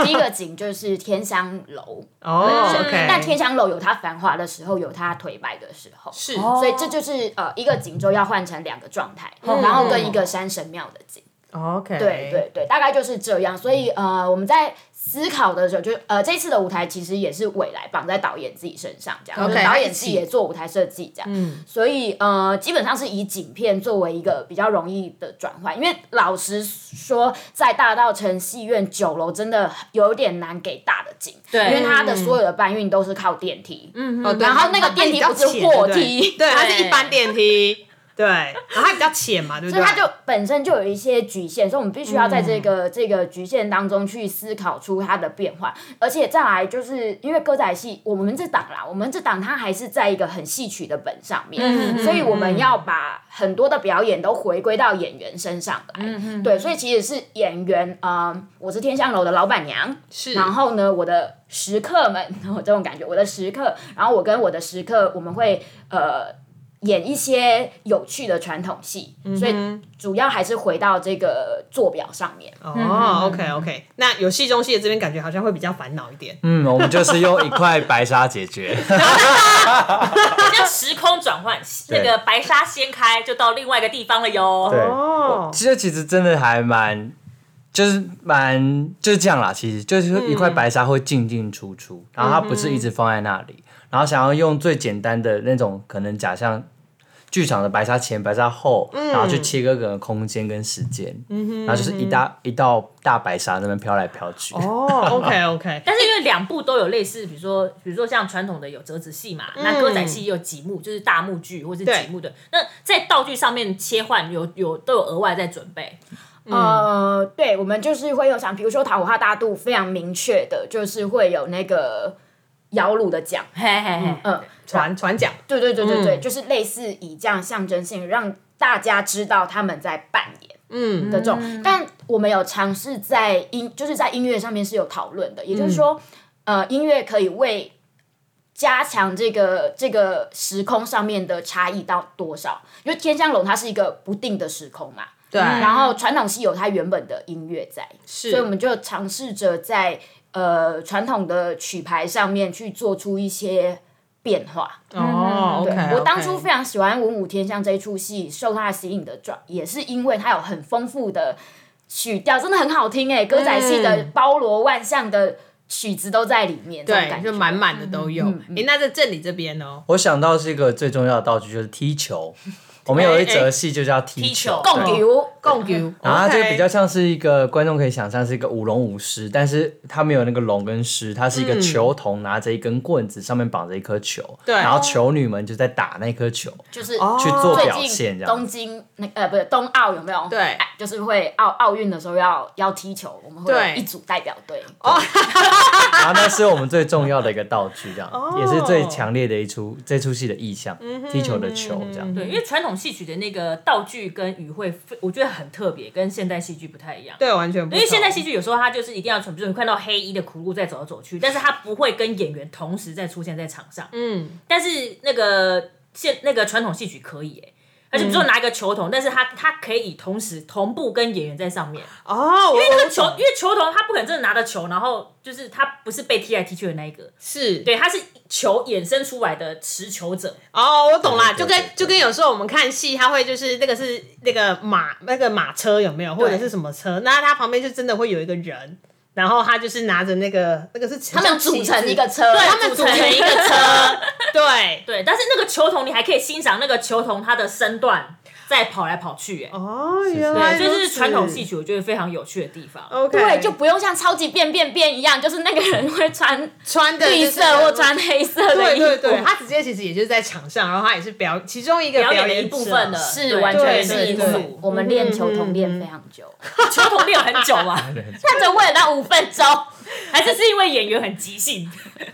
Speaker 4: 第一个景就是天香楼，
Speaker 1: 哦
Speaker 4: 是
Speaker 1: ，OK，
Speaker 4: 但天香楼有它繁华的时候，有它颓败的时候，
Speaker 1: 是
Speaker 2: 哦
Speaker 4: 所以这就是呃一个景就要换成两个状态，
Speaker 1: 嗯
Speaker 4: 然后跟一个山神庙的景。
Speaker 1: 哦 OK，
Speaker 4: 对对对，大概就是这样。所以呃，我们在思考的时候，就呃这一次的舞台其实也是未来绑在导演自己身上，这样
Speaker 1: OK，
Speaker 4: 就是导
Speaker 1: 一
Speaker 4: 演
Speaker 1: 起
Speaker 4: 自己也做舞台设计这样。所以呃，基本上是以景片作为一个比较容易的转换，因为老实说，在大道城戏院九楼真的有点难给大的景，
Speaker 2: 对
Speaker 4: 因为它的所有的搬运都是靠电梯，嗯，
Speaker 1: 哦，对
Speaker 4: 然后那个电梯不是货梯
Speaker 1: 对，它是
Speaker 2: 对
Speaker 1: 一般电梯，对，然后它比较浅嘛，对不
Speaker 4: 所以
Speaker 1: 对？嗯
Speaker 4: 它就本身就有一些局限，所以我们必须要在这个、这个局限当中去思考出它的变化。而且再来就是因为歌仔戏，我们这档啦，我们这档它还是在一个很戏曲的本上
Speaker 1: 嗯
Speaker 4: 面，所以我们要把很多的表演都回归到演员身上来。
Speaker 1: 嗯
Speaker 4: 对，所以其实是演员，嗯，我是天香楼的老板娘，
Speaker 1: 是
Speaker 4: 然后呢，我的食客们， 我这种感觉，我的食客，然后我跟我的食客，我们会呃演一些有趣的传统戏，所以主要还是回到这个坐表上面。嗯
Speaker 1: 哦，OK OK，那有戏中戏的这边感觉好像会比较烦恼一点，
Speaker 5: 嗯，我们就是用一块白沙解决。
Speaker 2: 就时空转换，那个白沙掀开就到另外一个地方了哟。
Speaker 5: 对，
Speaker 1: 哦
Speaker 5: 其实其实真的还蛮，就是蛮就是这样啦。其实就是一块白沙会进进出出，然后它不是一直放在那里，然后想要用最简单的那种可能假象。剧场的白沙前、白沙后，然后去切割个空间跟时间，然后就是一大一道大白沙那边飘来飘去。
Speaker 1: 哦，OK OK，
Speaker 2: 但是因为两部都有类似，比如说，比如说像传统的有折子戏嘛，那歌仔戏也有几幕，就是大幕剧或是
Speaker 1: 对
Speaker 2: 几幕的。那在道具上面切换有有都有额外在准备，
Speaker 4: 呃，对，我们就是会有想，比如说塔火哈大度非常明确的，就是会有那个摇橹的奖，
Speaker 2: 嘿嘿嘿，
Speaker 4: 嗯，
Speaker 1: 传传讲，
Speaker 4: 对对对对
Speaker 1: 嗯
Speaker 4: 对，就是类似以这样象征性让大家知道他们在扮演。嗯的这种，但我们有尝试在音，就是在音乐上面是有讨论的，
Speaker 1: 嗯
Speaker 4: 也就是说，呃，音乐可以为加强这个这个时空上面的差异到多少？因为天香龙它是一个不定的时空嘛，
Speaker 1: 对，
Speaker 4: 然后传统戏有它原本的音乐在，
Speaker 1: 是
Speaker 4: 所以我们就尝试着在呃传统的曲牌上面去做出一些变化。
Speaker 1: 哦
Speaker 4: 嗯对
Speaker 1: ，OK，
Speaker 4: 我当初非常喜欢《文武天香》这一出戏，受它的吸引的转，也是因为它有很丰富的曲调，真的很好听哎、歌仔戏的
Speaker 1: 嗯
Speaker 4: 包罗万象的曲子都在里面，这种
Speaker 1: 对，
Speaker 4: 感嗯
Speaker 1: 就
Speaker 4: 觉。
Speaker 1: 满满的都有。诶，那在正理这边哦呢？
Speaker 5: 我想到是一个最重要的道具，就是踢球。我们有一则戏就叫踢
Speaker 2: 踢球，
Speaker 5: 球对
Speaker 4: 共有
Speaker 1: 共丢，
Speaker 5: 然后它 就
Speaker 1: OK
Speaker 5: 啊比较像是一个观众可以想象是一个舞龙舞狮，但是它没有那个龙跟狮，它是一个球童拿着一根棍子，上面绑着一颗球，
Speaker 1: 嗯对
Speaker 5: 然后球女们就在打那颗球，
Speaker 4: 就是
Speaker 1: 哦
Speaker 5: 去做
Speaker 4: 最
Speaker 5: 表现
Speaker 4: 近
Speaker 5: 这
Speaker 4: 东
Speaker 5: 样。
Speaker 4: 京那呃不是冬奥有没有？
Speaker 1: 对
Speaker 4: 哎就是会奥奥运的时候要要踢球，我们会
Speaker 1: 对
Speaker 4: 有一组代表队。
Speaker 1: 啊
Speaker 5: 然后那是我们最重要的一个道具，这样、
Speaker 1: 哦
Speaker 5: 也是最强烈的一出这出戏的意象，
Speaker 1: 嗯
Speaker 5: 踢球的球这样。
Speaker 2: 对，因为传统戏曲的那个道具跟语汇，我觉得很特别，跟现代戏剧不太一样。
Speaker 1: 对，完全不同。
Speaker 2: 因为现代戏剧有时候它就是一定要穿，比如说你看到黑衣的苦路在走来走去，但是它不会跟演员同时在出现在场上。
Speaker 1: 嗯，
Speaker 2: 但是那个现那个传统戏曲可以哎、而且比如说
Speaker 1: 嗯
Speaker 2: 拿一个球童，但是他他可以同时同步跟演员在上面，
Speaker 1: 哦，我
Speaker 2: 那
Speaker 1: 我
Speaker 2: 个球因为球童他不可能真的拿着球，然后就是他不是被踢来踢去的那一个，
Speaker 1: 是
Speaker 2: 对，他是球衍生出来的持球者，
Speaker 1: 哦，我懂啦，
Speaker 5: 对
Speaker 1: 就
Speaker 5: 对
Speaker 1: 跟
Speaker 5: 对对
Speaker 1: 就跟有时候我们看戏，他会就是那个是那个马那个马车有没有，或者是什么车，那他旁边就真的会有一个人，然后他就是拿着那个哦那个是
Speaker 4: 他们组成一个车，
Speaker 1: 对，他们组成一个车，对，
Speaker 2: 对，但是那个球童你还可以欣赏那个球童他的身段在跑来跑去、哎、
Speaker 1: 哦，原来
Speaker 2: 对，这就是传统戏
Speaker 1: 曲
Speaker 2: 曲我觉得非常有趣的地方。
Speaker 1: ，OK，
Speaker 4: 对，就不用像超级变变变一样，就是那个人会穿
Speaker 1: 穿的
Speaker 4: 绿色或。穿黑色的
Speaker 1: 对
Speaker 4: 衣服，
Speaker 1: 对
Speaker 2: 啊
Speaker 1: 对，他直接其实也就是在场上，然后他也是表其中一个
Speaker 2: 表演的
Speaker 1: 演
Speaker 2: 一部分
Speaker 1: 者
Speaker 2: 的
Speaker 4: 是
Speaker 2: 对
Speaker 4: 完全是
Speaker 1: 对
Speaker 4: 一
Speaker 1: 对
Speaker 4: 组
Speaker 1: 对。
Speaker 4: 我们练球童练非常久，
Speaker 2: 球童练很久啊，
Speaker 4: 看着为了那五 分钟，
Speaker 2: 还是是因为演员很即兴，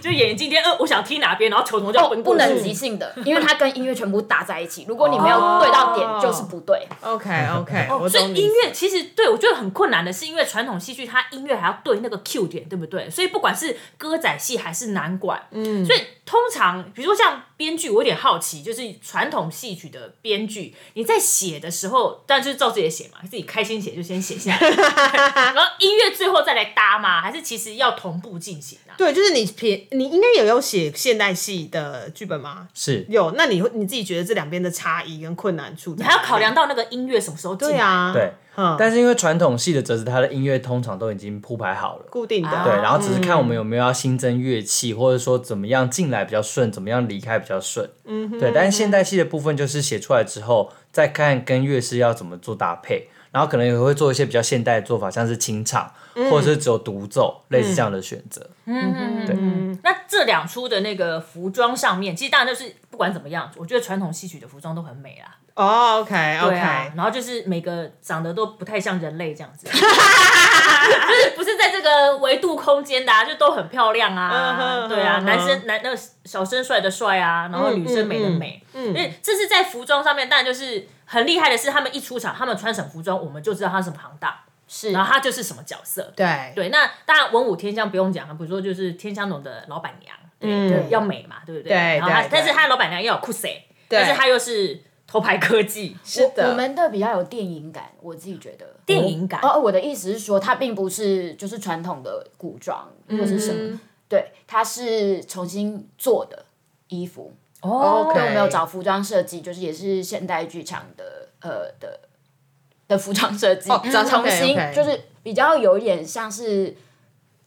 Speaker 2: 就演员今天呃我想踢哪边，然后球童就
Speaker 4: 哦
Speaker 2: 滚，
Speaker 4: 不
Speaker 2: 过去
Speaker 4: 能即兴的，因为它跟音乐全部搭在一起，如果你没有对到
Speaker 1: 哦
Speaker 4: 点，就是不对。
Speaker 1: OK OK，我
Speaker 2: 所
Speaker 1: 懂
Speaker 2: 以
Speaker 1: 你意
Speaker 2: 音
Speaker 1: 思。
Speaker 2: 乐其实对我觉得很困难的是，因为传统戏剧它音乐还要对那个 Q 点，对不对？所以不管是歌仔戏还是南管，嗯，所以通常比如说像编剧，我有点好奇，就是传统戏曲的编剧，你在写的时候，但就是照自己写嘛，自己开心写就先写下 来，然后音乐最后再来搭吗？还是其实要同步进行啊？
Speaker 1: 对，就是你平你应该也有写现代戏的剧本吗？
Speaker 5: 是，
Speaker 1: 有，那你会你自己觉得这两边的差异跟困难处在
Speaker 2: 你
Speaker 1: 哪里，
Speaker 2: 还要考量到那个音乐什么时候进来
Speaker 1: 对啊，
Speaker 5: 对。
Speaker 1: 嗯，
Speaker 5: 但是因为传统戏的折子，它的音乐通常都已经铺排好了，
Speaker 1: 固定的，
Speaker 2: 啊
Speaker 5: 对，然后只是看我们有没有要新增乐器，或者说怎么样进来比较顺，怎么样离开比较顺。嗯，对。但是现代戏的部分就是写出来之后，再看跟乐师要怎么做搭配，然后可能也会做一些比较现代的做法，像是清唱，或者是只有独奏，类似这样的选择。
Speaker 2: 那这两出的那个服装上面，其实当然就是不管怎么样，我觉得传统戏曲的服装都很美啦。
Speaker 1: 哦，OK
Speaker 2: 对啊
Speaker 1: OK，，
Speaker 2: 然后就是每个长得都不太像人类这样子， 就是不是在这个维度空间的、啊，就都很漂亮
Speaker 1: 嗯哼
Speaker 2: 啊。对啊，
Speaker 1: 嗯哼
Speaker 2: 男生男那个小生帅的帅啊，然后女生美的美。嗯，因为这是在服装上面，当然就是很厉害的是，他们一出场，他们穿什么服装，我们就知道他是什么行当，
Speaker 4: 是
Speaker 2: 然后他就是什么角色。
Speaker 1: 对
Speaker 2: 对，那当然文武天香不用讲，啊比如说就是天香农的老板娘，对，
Speaker 1: 嗯
Speaker 2: 要美嘛，对不对？
Speaker 1: 对
Speaker 2: 然后她
Speaker 1: 对对
Speaker 2: 但是她老板娘要有酷谁，
Speaker 1: 对
Speaker 2: 但是她又是头牌科技，
Speaker 1: 是
Speaker 4: 我
Speaker 1: 的，
Speaker 4: 我们的比较有电影感，我自己觉得。
Speaker 2: 电影感。
Speaker 4: 哦，我的意思是说，它并不是就是传统的古装或是什么，对，它是重新做的衣服。
Speaker 1: OK
Speaker 4: 所以我们有找服装设计，就是也是现代剧场的呃的的服装设计，
Speaker 1: 哦找
Speaker 4: 重
Speaker 1: OK，OK
Speaker 4: 新就是比较有一点像是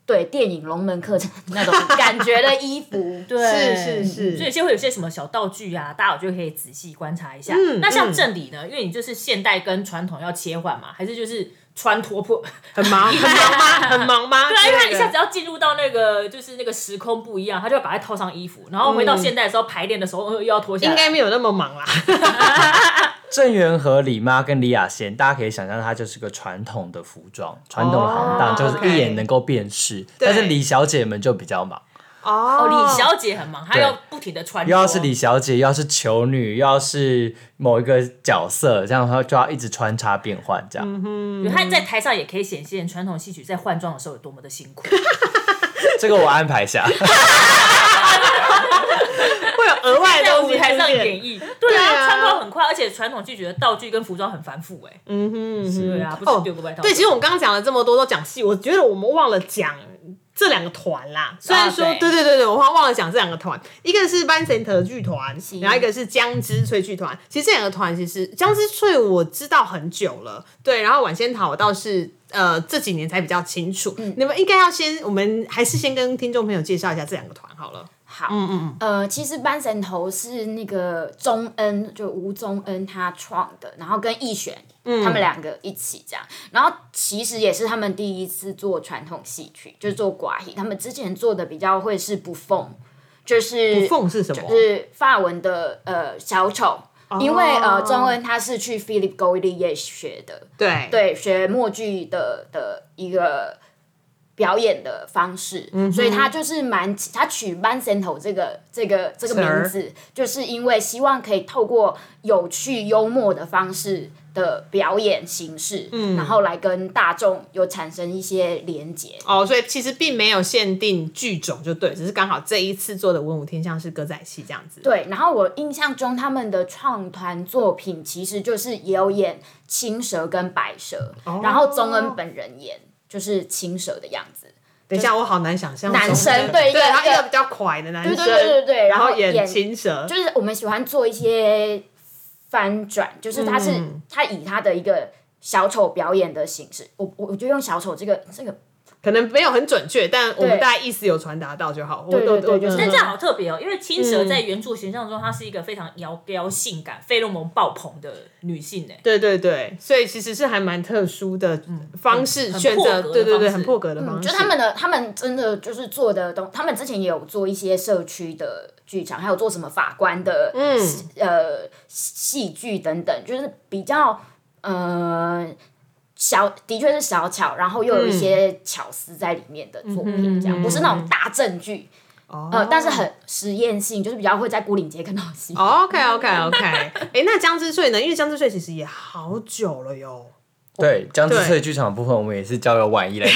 Speaker 4: 对电影《龙门客栈》那种感觉的衣服。
Speaker 2: 对，
Speaker 1: 是是
Speaker 2: 所以有
Speaker 1: 是，
Speaker 2: 些会有些什么小道具啊，大家就可以仔细观察一下。
Speaker 1: 嗯
Speaker 2: 那像正理呢，因为你就是现代跟传统要切换嘛，还是就是穿脱破？
Speaker 1: 很忙很忙吗？ 很忙吗？
Speaker 2: 对啊，因为他一下
Speaker 1: 子
Speaker 2: 子要进入到那个就是那个时空不一样，他就要把它套上衣服，然后回到现代的时候排练的时候呃又要脱下来。
Speaker 1: 应该没有那么忙啦。
Speaker 5: 郑元和李妈跟李雅贤，大家可以想象，她就是个传统的服装，传统的行当，
Speaker 1: 哦
Speaker 5: 就是一
Speaker 1: OK
Speaker 5: 眼能够辨识。但是李小姐们就比较忙，
Speaker 1: 哦
Speaker 2: 哦，李小姐很忙，她要不停的穿。
Speaker 5: 又要是李，小姐，又要是囚女，又要是某一个角色，这样她就要一直穿插变换，这样。
Speaker 2: 她在台上也可以显现传统戏曲在换装的时候有多么的辛 苦。
Speaker 5: 这个我安排下。
Speaker 1: 会有额外的
Speaker 2: 在
Speaker 1: 东
Speaker 2: 舞
Speaker 1: 西
Speaker 2: 台上
Speaker 1: 出现
Speaker 2: 演绎，对
Speaker 1: 对啊
Speaker 2: 啊，穿脱很快，而且传统剧觉得道具跟服装很繁复，哎，
Speaker 1: 嗯哼嗯哼，
Speaker 2: 对啊，不是丢个外套。
Speaker 1: 对，其实我们刚刚讲了这么多，都讲戏，我觉得我们忘了讲这两个团啦。虽然说，
Speaker 2: 啊
Speaker 1: 对
Speaker 2: 对
Speaker 1: 对对对，我忘忘了讲这两个团，一个是 Van Center 剧团，
Speaker 4: 是
Speaker 1: 然后一个是江之翠剧团。其实这两个团，其实江之翠我知道很久了，对，然后晚仙桃我倒是。呃，这几年才比较清楚。你们应该要先，我们还是先跟听众朋友介绍一下这两个团好了。
Speaker 4: 好，嗯嗯，呃，其实班神头是那个钟恩，就吴宗恩他创的，然后跟易璇。
Speaker 1: 嗯
Speaker 4: 他们两个一起这样，然后其实也是他们第一次做传统戏曲，就是做寡
Speaker 1: 嗯
Speaker 4: 戏。他们之前做的比较会是不凤，就是
Speaker 1: 凤是什么？哦
Speaker 4: 就是法文的呃小丑，因为呃中文他是去 Philip g o l i e 学的，
Speaker 1: 对
Speaker 4: 对，学默剧的的一个表演的方式，
Speaker 1: 嗯
Speaker 4: 所以他就是蛮他取 m a n s e n t o 这个这个这个
Speaker 1: 词儿
Speaker 4: 名字，就是因为希望可以透过有趣幽默的方式的表演形式，
Speaker 1: 嗯
Speaker 4: 然后来跟大众有产生一些连结。
Speaker 1: 哦，所以其实并没有限定剧种，就对，只是刚好这一次做的文武天下是歌仔戏这样子。
Speaker 4: 对，然后我印象中他们的创团作品其实就是也有演青蛇跟白蛇，
Speaker 1: 哦
Speaker 4: 然后宗恩本人演就是青蛇的样子。
Speaker 1: 等一下，我好难想象
Speaker 4: 男生
Speaker 1: 中间
Speaker 4: 对一个
Speaker 1: 对，他
Speaker 4: 一个
Speaker 1: 一个比较快的男生，
Speaker 4: 对对对对对
Speaker 1: 然
Speaker 4: 然后
Speaker 1: 演
Speaker 4: 演
Speaker 1: 青蛇，
Speaker 4: 就是我们喜欢做一些翻转，就是他是、
Speaker 1: 嗯
Speaker 4: 他以他的一个小丑表演的形式，我我我就用小丑这个这个
Speaker 1: 可能没有很准确，但我们
Speaker 4: 对
Speaker 1: 大概意思有传达到就好。我
Speaker 4: 对对
Speaker 1: 都嗯
Speaker 4: 对
Speaker 1: 我
Speaker 4: 就 是
Speaker 2: 但这样好特别哦，因为青蛇在原著形象中，她是一个非常妖娇、性感、费洛蒙爆棚的女性呢。
Speaker 1: 对对对，所以其实是还蛮特殊的方式
Speaker 2: 很
Speaker 1: 选
Speaker 2: 破
Speaker 1: 择，
Speaker 2: 格的
Speaker 1: 对对
Speaker 2: 方
Speaker 1: 对，
Speaker 2: 式
Speaker 1: 很破格的方
Speaker 4: 嗯，
Speaker 1: 式。
Speaker 4: 就他们的，他们真的就是做的东，他们之前也有做一些社区的剧场，还有做什么法官的，嗯，呃，戏剧等等，就是比较呃小，的确是小巧，然后又
Speaker 1: 嗯
Speaker 4: 有一些巧思在里面的作品，这样、不是那种大证据。
Speaker 1: 哦
Speaker 4: 呃，但是很实验性，就是比较会在孤岭街看到的戏。
Speaker 1: OK OK OK，哎、哦 诶那江之穗呢？因为江之穗其实也好久了哟。
Speaker 5: 对，江之
Speaker 1: 对
Speaker 5: 翠剧场的部分，我们也是交由婉仪来讲，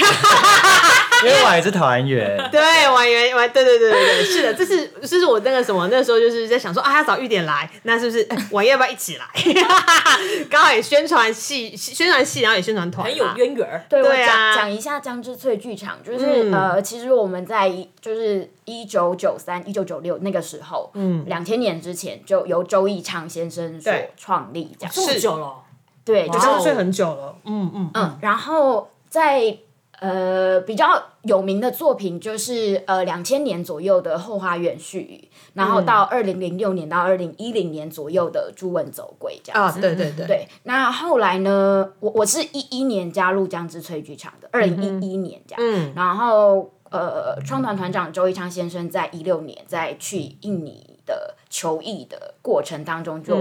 Speaker 5: 因为婉仪是桃园园。
Speaker 1: 对，我原我对对对对对，是的，这是这是我那个什么，那时候就是在想说啊，要早一点来，那是不是哎我要不要一起来？ 刚好也宣传戏，宣传戏，然后也宣传团嘛，
Speaker 2: 很有渊源儿，
Speaker 4: 对，我
Speaker 1: 啊对啊
Speaker 4: 讲讲一下江之翠剧场，就是、
Speaker 1: 嗯
Speaker 4: 呃，其实我们在一就是一九九三、一九九六那个时候，嗯，两千年之前就由周义昌先生所
Speaker 1: 对
Speaker 4: 创立，这样
Speaker 2: 这么久了哦，
Speaker 4: 对，就
Speaker 1: 就是是睡很久了，嗯嗯嗯，
Speaker 4: 然后在呃比较有名的作品就是呃两千年左右的《后花园絮语》，
Speaker 1: 嗯
Speaker 4: 然后到二零零六年到二零一零年左右的《朱文走鬼》这样
Speaker 1: 啊，
Speaker 4: 子
Speaker 1: 对对对，
Speaker 4: 对，那后来呢？我我是一一年加入江之翠剧场的，二零一一年这样。
Speaker 1: 嗯
Speaker 4: 然后呃，创团团长周一昌先生在一六年在去印尼的求艺的过程当中就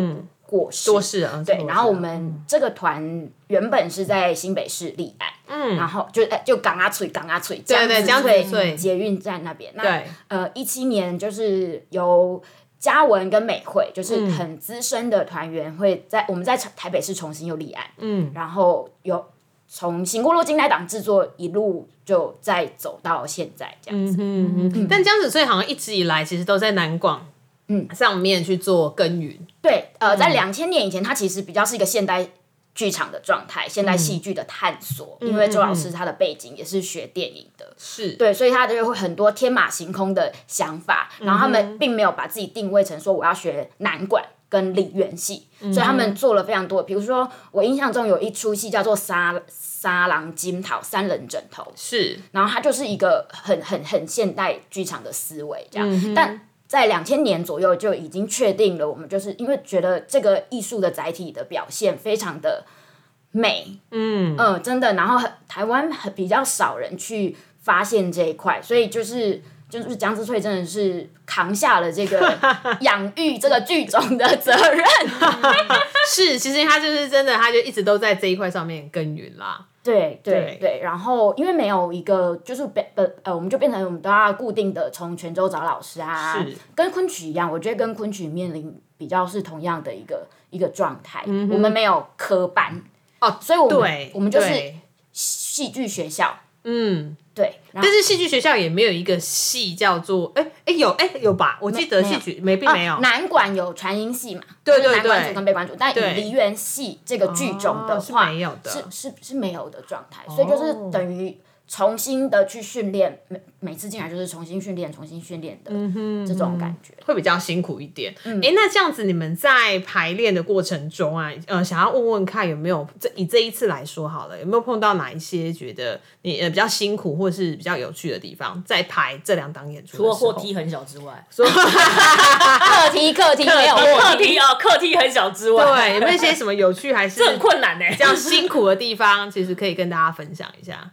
Speaker 4: 过
Speaker 1: 嗯
Speaker 4: 世。
Speaker 1: 多事啊，
Speaker 4: 对
Speaker 1: 多，事啊
Speaker 4: 然后我们这个团原本是在新北市立案，嗯，然后就呃就港阿翠港阿翠，
Speaker 1: 对对
Speaker 4: 江
Speaker 1: 江子
Speaker 4: 子
Speaker 1: 翠
Speaker 4: 翠捷运站那边，那
Speaker 1: 对
Speaker 4: 呃一七年就是由嘉文跟美惠，就是很资深的团员，会在我们在台北市重新又立案，嗯，然后有从行过路金来党制作一路就再走到现在这样子，
Speaker 1: 嗯嗯，但江子翠好像一直以来其实都在南广。嗯，上面去做耕耘，
Speaker 4: 对，呃，在两千年以前，它其实比较是一个现代剧场的状态，现代戏剧的探索。因为周老师他的背景也是学电影的，
Speaker 1: 是
Speaker 4: 对，所以他就会很多天马行空的想法，然后他们并没有把自己定位成说我要学南管。跟梨园戏，所以他们做了非常多。比如说，我印象中有一出戏叫做《沙沙狼金桃三人枕头》，
Speaker 1: 是
Speaker 4: 然后它就是一个很很很现代剧场的思维这样，但。在两千年左右就已经确定了，我们就是因为觉得这个艺术的载体的表现非常的美，嗯呃，真的，然后很台湾很比较少人去发现这一块，所以就是就是江之翠真的是扛下了这个 养育这个剧种的责任，
Speaker 1: 是，其实他就是真的，他就一直都在这一块上面耕耘啦。
Speaker 4: 对
Speaker 1: 对
Speaker 4: 对对，然后因为没有一个就是本本呃，我们就变成我们都要固定的从泉州找老师啊
Speaker 1: 是，
Speaker 4: 跟昆曲一样，我觉得跟昆曲面临比较是同样的一个一个状态，我们没有科班
Speaker 1: 嗯哦
Speaker 4: 所以我们
Speaker 1: 对，
Speaker 4: 我们就是
Speaker 1: 对
Speaker 4: 戏剧学校，
Speaker 1: 嗯，
Speaker 4: 对，然后
Speaker 1: 但是戏剧学校也没有一个系叫做，哎、哎、有哎、有吧？我记得
Speaker 4: 没
Speaker 1: 戏
Speaker 4: 有
Speaker 1: 剧没
Speaker 2: 哦
Speaker 1: 并没有，
Speaker 4: 啊南管有传音系嘛，
Speaker 1: 对
Speaker 4: 就是
Speaker 1: 对
Speaker 4: 南管
Speaker 1: 对
Speaker 4: 组跟北管组，但
Speaker 1: 对
Speaker 4: 以梨园系这个剧种的
Speaker 1: 哦是
Speaker 4: 话，
Speaker 1: 没有的
Speaker 4: 是是是没有的状态，所以就是等于重新的去训练，每每次进来就是重新训练，重新训练的
Speaker 1: 嗯
Speaker 4: 这种感觉。
Speaker 1: 会比较辛苦一点。哎、
Speaker 2: 嗯
Speaker 1: 那这样子你们在排练的过程中啊，呃，想要问问看有没有这以这一次来说好了，有没有碰到哪一些觉得你呃比较辛苦或是比较有趣的地方，在排这两档演出的时
Speaker 2: 除
Speaker 1: 候？
Speaker 2: 了货梯很小之外，
Speaker 4: 课题课题没有
Speaker 2: 客
Speaker 4: 问题，
Speaker 2: 梯哦，客梯很小之外，
Speaker 1: 对，有没有一些什么有趣还是
Speaker 2: 这很困难呢。
Speaker 1: 比较辛苦的地方？其实可以跟大家分享一下。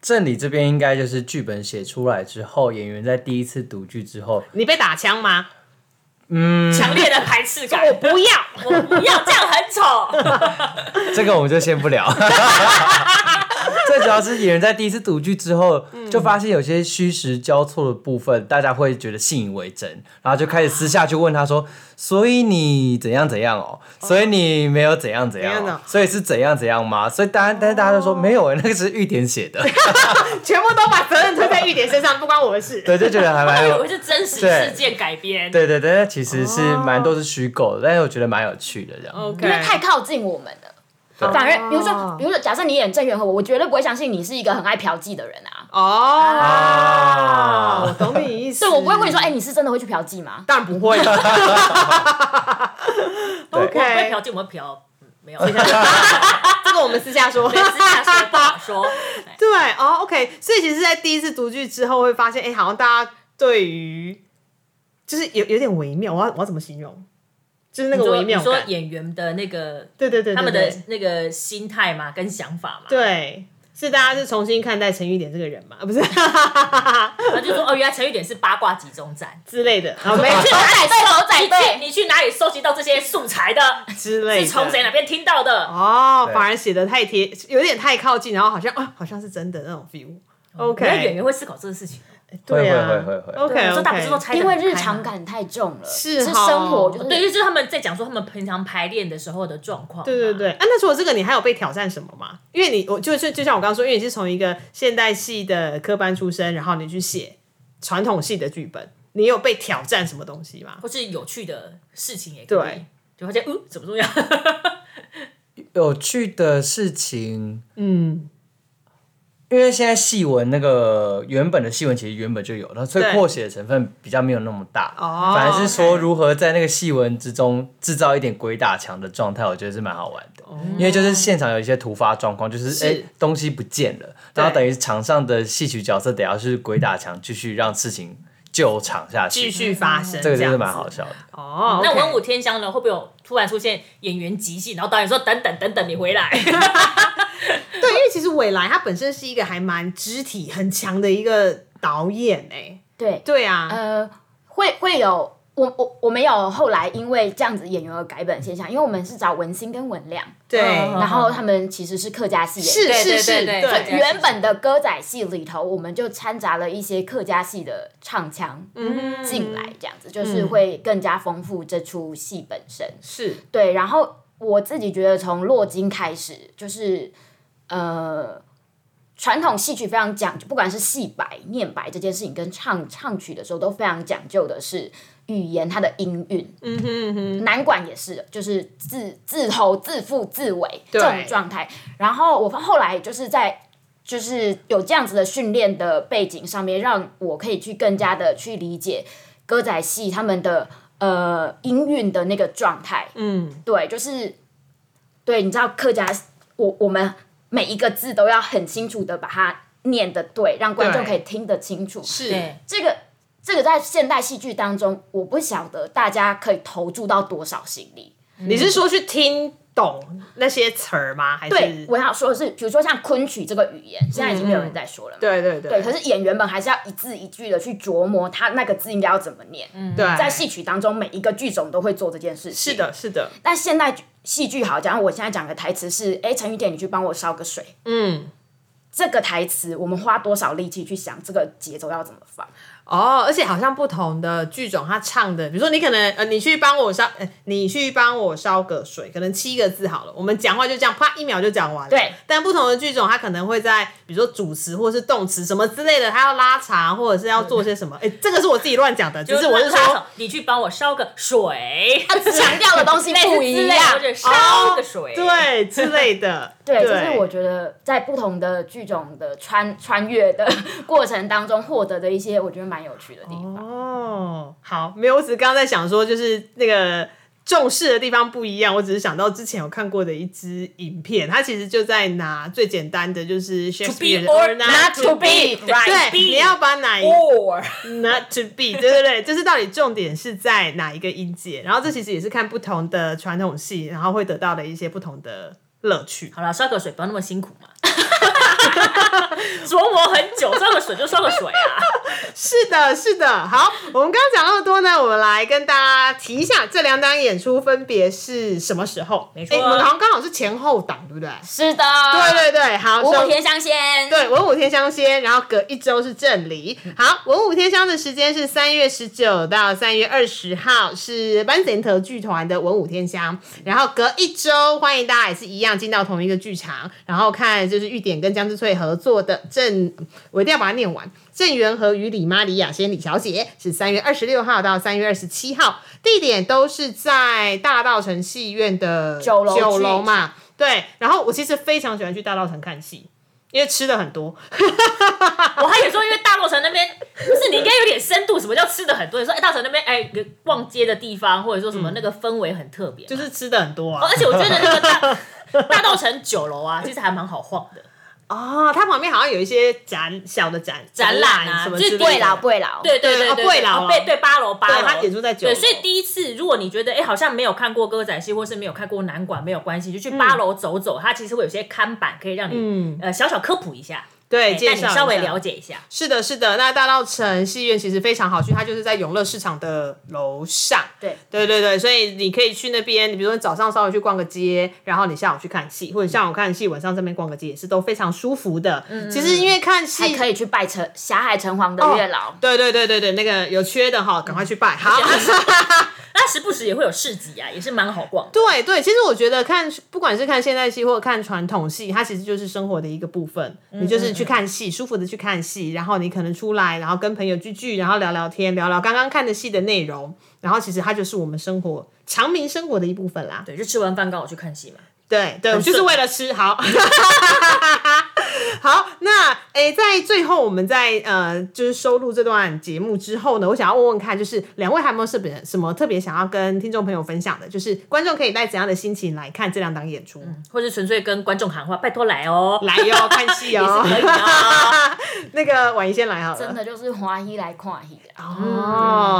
Speaker 5: 正理这边应该就是剧本写出来之后，演员在第一次读剧之后，
Speaker 1: 你被打枪吗？
Speaker 2: 强烈的排斥感，嗯 我
Speaker 1: 不要，
Speaker 2: 不要这样很丑。
Speaker 5: 这个我们就先不聊。 最主要是演员在第一次读剧之后，就发现有些虚实交错的部分，大家会觉得信以为真，然后就开始私下去问他说：“所以你怎样怎样哦？所以你没有怎样怎样
Speaker 1: 怎样
Speaker 5: 哦
Speaker 1: 的？
Speaker 5: 所以是怎样怎样吗？”所以大家，但是大家都说没有欸，那个是玉典写的，
Speaker 1: 全部都把责任推在玉典身上，不关我的事。
Speaker 5: 对，就觉得还蛮
Speaker 2: 我以
Speaker 5: 有
Speaker 2: 为。是真实事件改编，
Speaker 5: 对对对，其实是蛮多是虚构的，但是我觉得蛮有趣的这样。
Speaker 1: OK，
Speaker 4: 因为太靠近我们了。反而，比如
Speaker 1: 哦
Speaker 4: 说，比如说，假设你演郑元和，我绝对不会相信你是一个很爱嫖妓的人
Speaker 1: 哦，
Speaker 4: 啊，
Speaker 1: 我懂你意思。
Speaker 4: 对我不会问你说，哎，你是真的会去嫖妓 吗？
Speaker 1: 当然不 会。
Speaker 2: 我们会
Speaker 1: OK，
Speaker 2: 嫖妓，我们嫖嗯没有，私下
Speaker 1: 这个我们私下说。
Speaker 2: 说不好说。
Speaker 1: 对哦，OK，所以其实，在第一次读剧之后，会发现，哎、好像大家对于就是有有点微妙，我要我要怎么形容？就是那
Speaker 2: 哎你
Speaker 1: 个
Speaker 2: 说
Speaker 1: 微
Speaker 2: 你
Speaker 1: 妙
Speaker 2: 说
Speaker 1: 感，
Speaker 2: 演员的那个
Speaker 1: 对对对对
Speaker 2: 他们
Speaker 1: 对
Speaker 2: 的那个心态嘛，跟想法嘛，
Speaker 1: 对，是大家是重新看待陈玉典这个人嘛，啊不是
Speaker 2: 然后就说哦，原来陈玉典是八卦集中 站，
Speaker 1: 之类的，好没
Speaker 4: 狗仔队，狗仔队，
Speaker 2: 你去哪里收集到这些素材的？
Speaker 1: 之类的，
Speaker 2: 是从谁哪边听到的？
Speaker 1: 哦，
Speaker 5: 对
Speaker 1: 反而写的太贴，有点太靠近，然后好像啊，好像是真的那种 feel。OK，
Speaker 2: 原来演员会思考这个事情。
Speaker 1: 对啊，
Speaker 5: 会会会会
Speaker 1: OK，
Speaker 2: 我说大不是都拆得
Speaker 4: 因
Speaker 2: 很开
Speaker 4: 为
Speaker 2: 吗
Speaker 4: 日常感太重了，
Speaker 1: 是哦
Speaker 4: 是生活，
Speaker 1: 齁
Speaker 4: 就是
Speaker 2: 对，就是他们在讲说他们平常排练的时候的状况嘛。
Speaker 1: 对对对，啊，那除了这个，你还有被挑战什么吗？因为你，我就是就像我刚刚说，因为你是从一个现代系的科班出身，然后你去写传统系的剧本，你有被挑战什么东西吗？
Speaker 2: 或是有趣的事情也可以。
Speaker 1: 对，
Speaker 2: 就发现嗯，怎么这样？
Speaker 5: 有趣的事情，嗯，因为现在戏文那个原本的戏文其实原本就有，然后所以
Speaker 1: 对
Speaker 5: 扩写的成分比较没有那么大，
Speaker 1: 哦
Speaker 5: 反而是说如何在那个戏文之中制造一点鬼打墙的状态，我觉得是蛮好玩
Speaker 1: 哦
Speaker 5: 的，因为就是现场有一些突发状况，就是哎、诶东西不见了，然后等于场上的戏曲角色得要去鬼打墙，继续让事情救场下去，
Speaker 1: 继续发生，
Speaker 5: 这个真
Speaker 1: 样
Speaker 5: 是
Speaker 1: 子
Speaker 5: 蛮好笑的，
Speaker 1: 哦。
Speaker 2: 那
Speaker 1: OK
Speaker 2: 文武天香呢？会不会有突然出现演员即兴，然后导演说等等等等，你回来？
Speaker 1: 对，因为其实未来他本身是一个还蛮肢体很强的一个导演哎、
Speaker 4: 对
Speaker 1: 对啊，
Speaker 4: 呃，会会有我我我们有后来因为这样子演员而改本现象，因为我们是找文心跟文亮，
Speaker 1: 对，
Speaker 2: 嗯
Speaker 4: 然后他们其实是客家戏演员。
Speaker 1: 是是是，
Speaker 2: 对对对
Speaker 4: 所
Speaker 2: 对
Speaker 4: 以原本的歌仔戏里头，我们就掺杂了一些客家戏的唱腔
Speaker 1: 嗯
Speaker 4: 进来，这样子就是会更加丰富这出戏本身。
Speaker 1: 是
Speaker 4: 对，然后我自己觉得从洛金开始，就是呃，传统戏曲非常讲究，不管是戏白、念白这件事情，跟唱唱曲的时候都非常讲究的是语言它的音韵。嗯哼哼，南管也是，就是自自头、自负、自尾这
Speaker 1: 对
Speaker 4: 种状态。然后我后来就是在。就是有这样子的训练的背景上面，让我可以去更加的去理解歌仔戏他们的呃音韵的那个状态，
Speaker 1: 嗯，
Speaker 4: 对，就是对，你知道客家，我我们每一个字都要很清楚的把它念的对，让观众
Speaker 1: 对
Speaker 4: 可以听得清楚。
Speaker 1: 是
Speaker 2: 对，
Speaker 4: 这个这个在现代戏剧当中，我不晓得大家可以投注到多少心力。
Speaker 1: 你是说去听懂那些词儿吗？还是嗯
Speaker 4: 对，我想说的是，比如说像昆曲这个语言，现在已经没有人在说了嘛。
Speaker 1: 对对对
Speaker 4: 对，可是演员们还是要一字一句的去琢磨他那个字应该要怎么念。嗯，
Speaker 1: 对，
Speaker 4: 在戏曲当中，每一个剧种都会做这件事情。
Speaker 1: 是的，是的，
Speaker 4: 但现代戏剧好，假如我现在讲个台词是，哎，陈雨典，你去帮我烧个水。
Speaker 1: 嗯，
Speaker 4: 这个台词我们花多少力气去想这个节奏要怎么放？
Speaker 1: 哦，而且好像不同的剧种，他唱的，比如说你可能呃，你去帮我烧，呃你去帮我烧个水，可能七个字好了，我们讲话就这样，啪一秒就讲完了。
Speaker 4: 对。
Speaker 1: 但不同的剧种，他可能会在比如说主词或是动词什么之类的，他要拉长，或者是要做些什么。哎、这个是我自己乱讲的，只是我 是说，，啊
Speaker 2: 你去帮我烧个水，
Speaker 4: 他 强调的东西
Speaker 2: 类似
Speaker 4: 不
Speaker 2: 之
Speaker 4: 一
Speaker 2: 类
Speaker 4: 样
Speaker 2: 或。者烧个水，
Speaker 1: 哦对哎之类的。
Speaker 4: 对，哦就是我觉得在不同的剧种的穿 穿越的过程当中获得的一些，我觉得蛮有趣的地方。
Speaker 1: 哦，好，没有，我只是刚刚在想说，就是那个重视的地方不一样。我只是想到之前有看过的一支影片，它其实就在拿最简单的，就是 Shakespeare 的
Speaker 2: or
Speaker 1: not
Speaker 2: to be，
Speaker 1: 对
Speaker 2: right，be 哦
Speaker 1: 你要把哪一
Speaker 2: or
Speaker 1: not to be，对对对，就是到底重点是在哪一个音节。然后这其实也是看不同的传统戏，然后会得到的一些不同的乐趣。
Speaker 2: 好了，烧个水不要那么辛苦嘛。 琢磨很久，烧个水就烧个水啊！
Speaker 1: 是的，是的。好，我们刚刚讲那么多呢，我们来跟大家提一下这两档演出分别是什么时候。
Speaker 2: 没错
Speaker 1: 诶我们好像刚好是前后档，对不对？
Speaker 4: 是的，
Speaker 1: 对对对，好，
Speaker 4: 五
Speaker 1: 首
Speaker 4: 虎添香仙，
Speaker 1: 对，文武天香仙，然后隔一周是正理。好，文武天香的时间是三月十九到三月二十号，是班森特剧团的文武天香。然后隔一周，欢迎大家也是一样进到同一个剧场，然后看就是玉典跟江之翠合作的郑，我一定要把它念完。郑元和与李妈、李雅仙、李小姐是三月二十六号到三月二十七号，地点都是在大道城戏院的
Speaker 4: 酒楼
Speaker 1: 酒楼
Speaker 4: 剧
Speaker 1: 嘛。对，然后我其实非常喜欢去大道城看戏，因为吃的很多。
Speaker 2: 我还有时候因为大洛城那边不是你应该有点深度，什么叫吃的很多？你说哎、大城那边哎、逛街的地方，或者说什么那个氛围很特别嘛，
Speaker 1: 就是吃的很多
Speaker 2: 哦
Speaker 1: 啊。
Speaker 2: 而且我觉得那个大 大道城酒楼啊，其实还蛮好晃的。
Speaker 1: 哦，它旁边好像有一些展小的展
Speaker 2: 展览啊
Speaker 1: 什么
Speaker 2: 就
Speaker 1: 之
Speaker 2: 对
Speaker 1: 类
Speaker 4: 贵老
Speaker 1: 的。
Speaker 4: 贵老，
Speaker 2: 对对对
Speaker 1: 哦
Speaker 2: 对，
Speaker 1: 贵佬啊
Speaker 2: 对对八楼八
Speaker 1: 对
Speaker 2: 楼，
Speaker 1: 他演出在酒楼
Speaker 2: 对，所以第一次如果你觉得哎、好像没有看过歌仔戏，或是没有看过南管，没有关系，就去八楼走走，它其实会有些看板可以让你、
Speaker 1: 嗯
Speaker 2: 呃小小科普一下，
Speaker 1: 对，
Speaker 2: 哎
Speaker 1: 介
Speaker 2: 带你
Speaker 1: 绍
Speaker 2: 稍微
Speaker 1: 一下
Speaker 2: 了解一下。
Speaker 1: 是的，是的。那大稻城戏院其实非常好去，它就是在永乐市场的楼上。
Speaker 4: 对
Speaker 1: 对对对，所以你可以去那边，你比如说早上稍微去逛个街，然后你下午去看戏，或者下午看戏，晚上这边逛个街也是都非常舒服的。其实因为看
Speaker 4: 嗯还
Speaker 1: 戏
Speaker 4: 可以去拜城霞海城隍的月老。
Speaker 1: 对对对对对，那个有缺的哈，赶快去拜。好，
Speaker 4: 嗯
Speaker 2: 那时不时也会有市集啊，也是蛮好逛的。
Speaker 1: 对对，其实我觉得看不管是看现代戏或者看传统戏，它其实就是生活的一个部分。你就是去看戏，舒服的去看戏，然后你可能出来，然后跟朋友聚聚，然后聊聊天，聊聊刚刚看的戏的内容，然后其实它就是我们生活长明生活的一部分啦。
Speaker 2: 对，就吃完饭刚好去看戏嘛。
Speaker 1: 对对，就是
Speaker 2: 顺
Speaker 1: 为了吃好。 好，那诶、在最后我们在呃，就是收录这段节目之后呢，我想要问问看，就是两位还有没有什么什么特别想要跟听众朋友分享的？就是观众可以带怎样的心情来看这两档演出？
Speaker 2: 或者纯粹跟观众喊话，拜托来哦，
Speaker 1: 来哟，看戏哦，
Speaker 2: 也是可以的哦
Speaker 1: 那个婉仪先来好了，
Speaker 4: 真的就是花衣来看戏啊！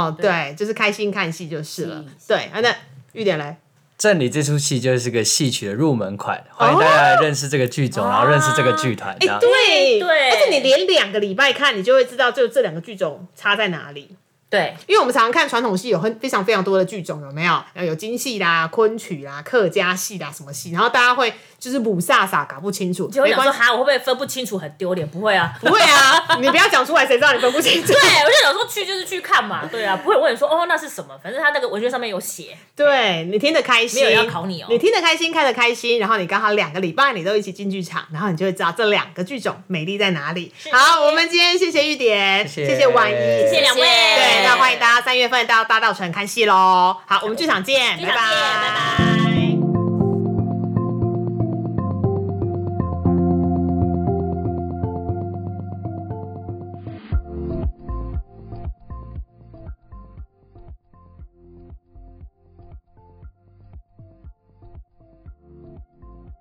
Speaker 1: 哦，
Speaker 2: 对
Speaker 1: 对，就是开心看戏就是了
Speaker 4: 是。
Speaker 1: 对，啊，那玉点来，
Speaker 5: 这里这出戏就是个戏曲的入门款，欢迎大家来认识这个剧种，然后认识这个剧团。这样
Speaker 1: 对
Speaker 2: 对
Speaker 1: 而且你连两个礼拜看，你就会知道就这两个剧种差在哪里。
Speaker 2: 对，
Speaker 1: 因为我们常常看传统戏有很非常非常多的剧种，有没有？呃有京戏啦、昆曲啦、客家戏啦，什么戏？然后大家会就是母萨萨搞不清楚，
Speaker 2: 就会
Speaker 1: 没
Speaker 2: 想
Speaker 1: 关
Speaker 2: 说
Speaker 1: 系，
Speaker 2: 哈，我会不会分不清楚，很丢脸？不会 啊，
Speaker 1: 不会啊，你不要讲出来，谁知道你分不 清楚？
Speaker 2: 对，我就想说去就是去看嘛，对啊，不会问你说哦那是什么，反正他那个文学上面有写，
Speaker 1: 对你听得开心，
Speaker 2: 没有要考你哦
Speaker 1: 你听得开心，看得开心，然后你刚好两个礼拜你都一起进剧场，然后你就会知道这两个剧种美丽在哪里。好，我们今天谢谢玉典，
Speaker 5: 谢谢
Speaker 1: 谢婉仪，
Speaker 5: 谢
Speaker 2: 谢谢两位，
Speaker 1: 对，那欢迎大家三月份到大道城看戏喽。好，我们剧场见，
Speaker 2: 剧场见，拜拜。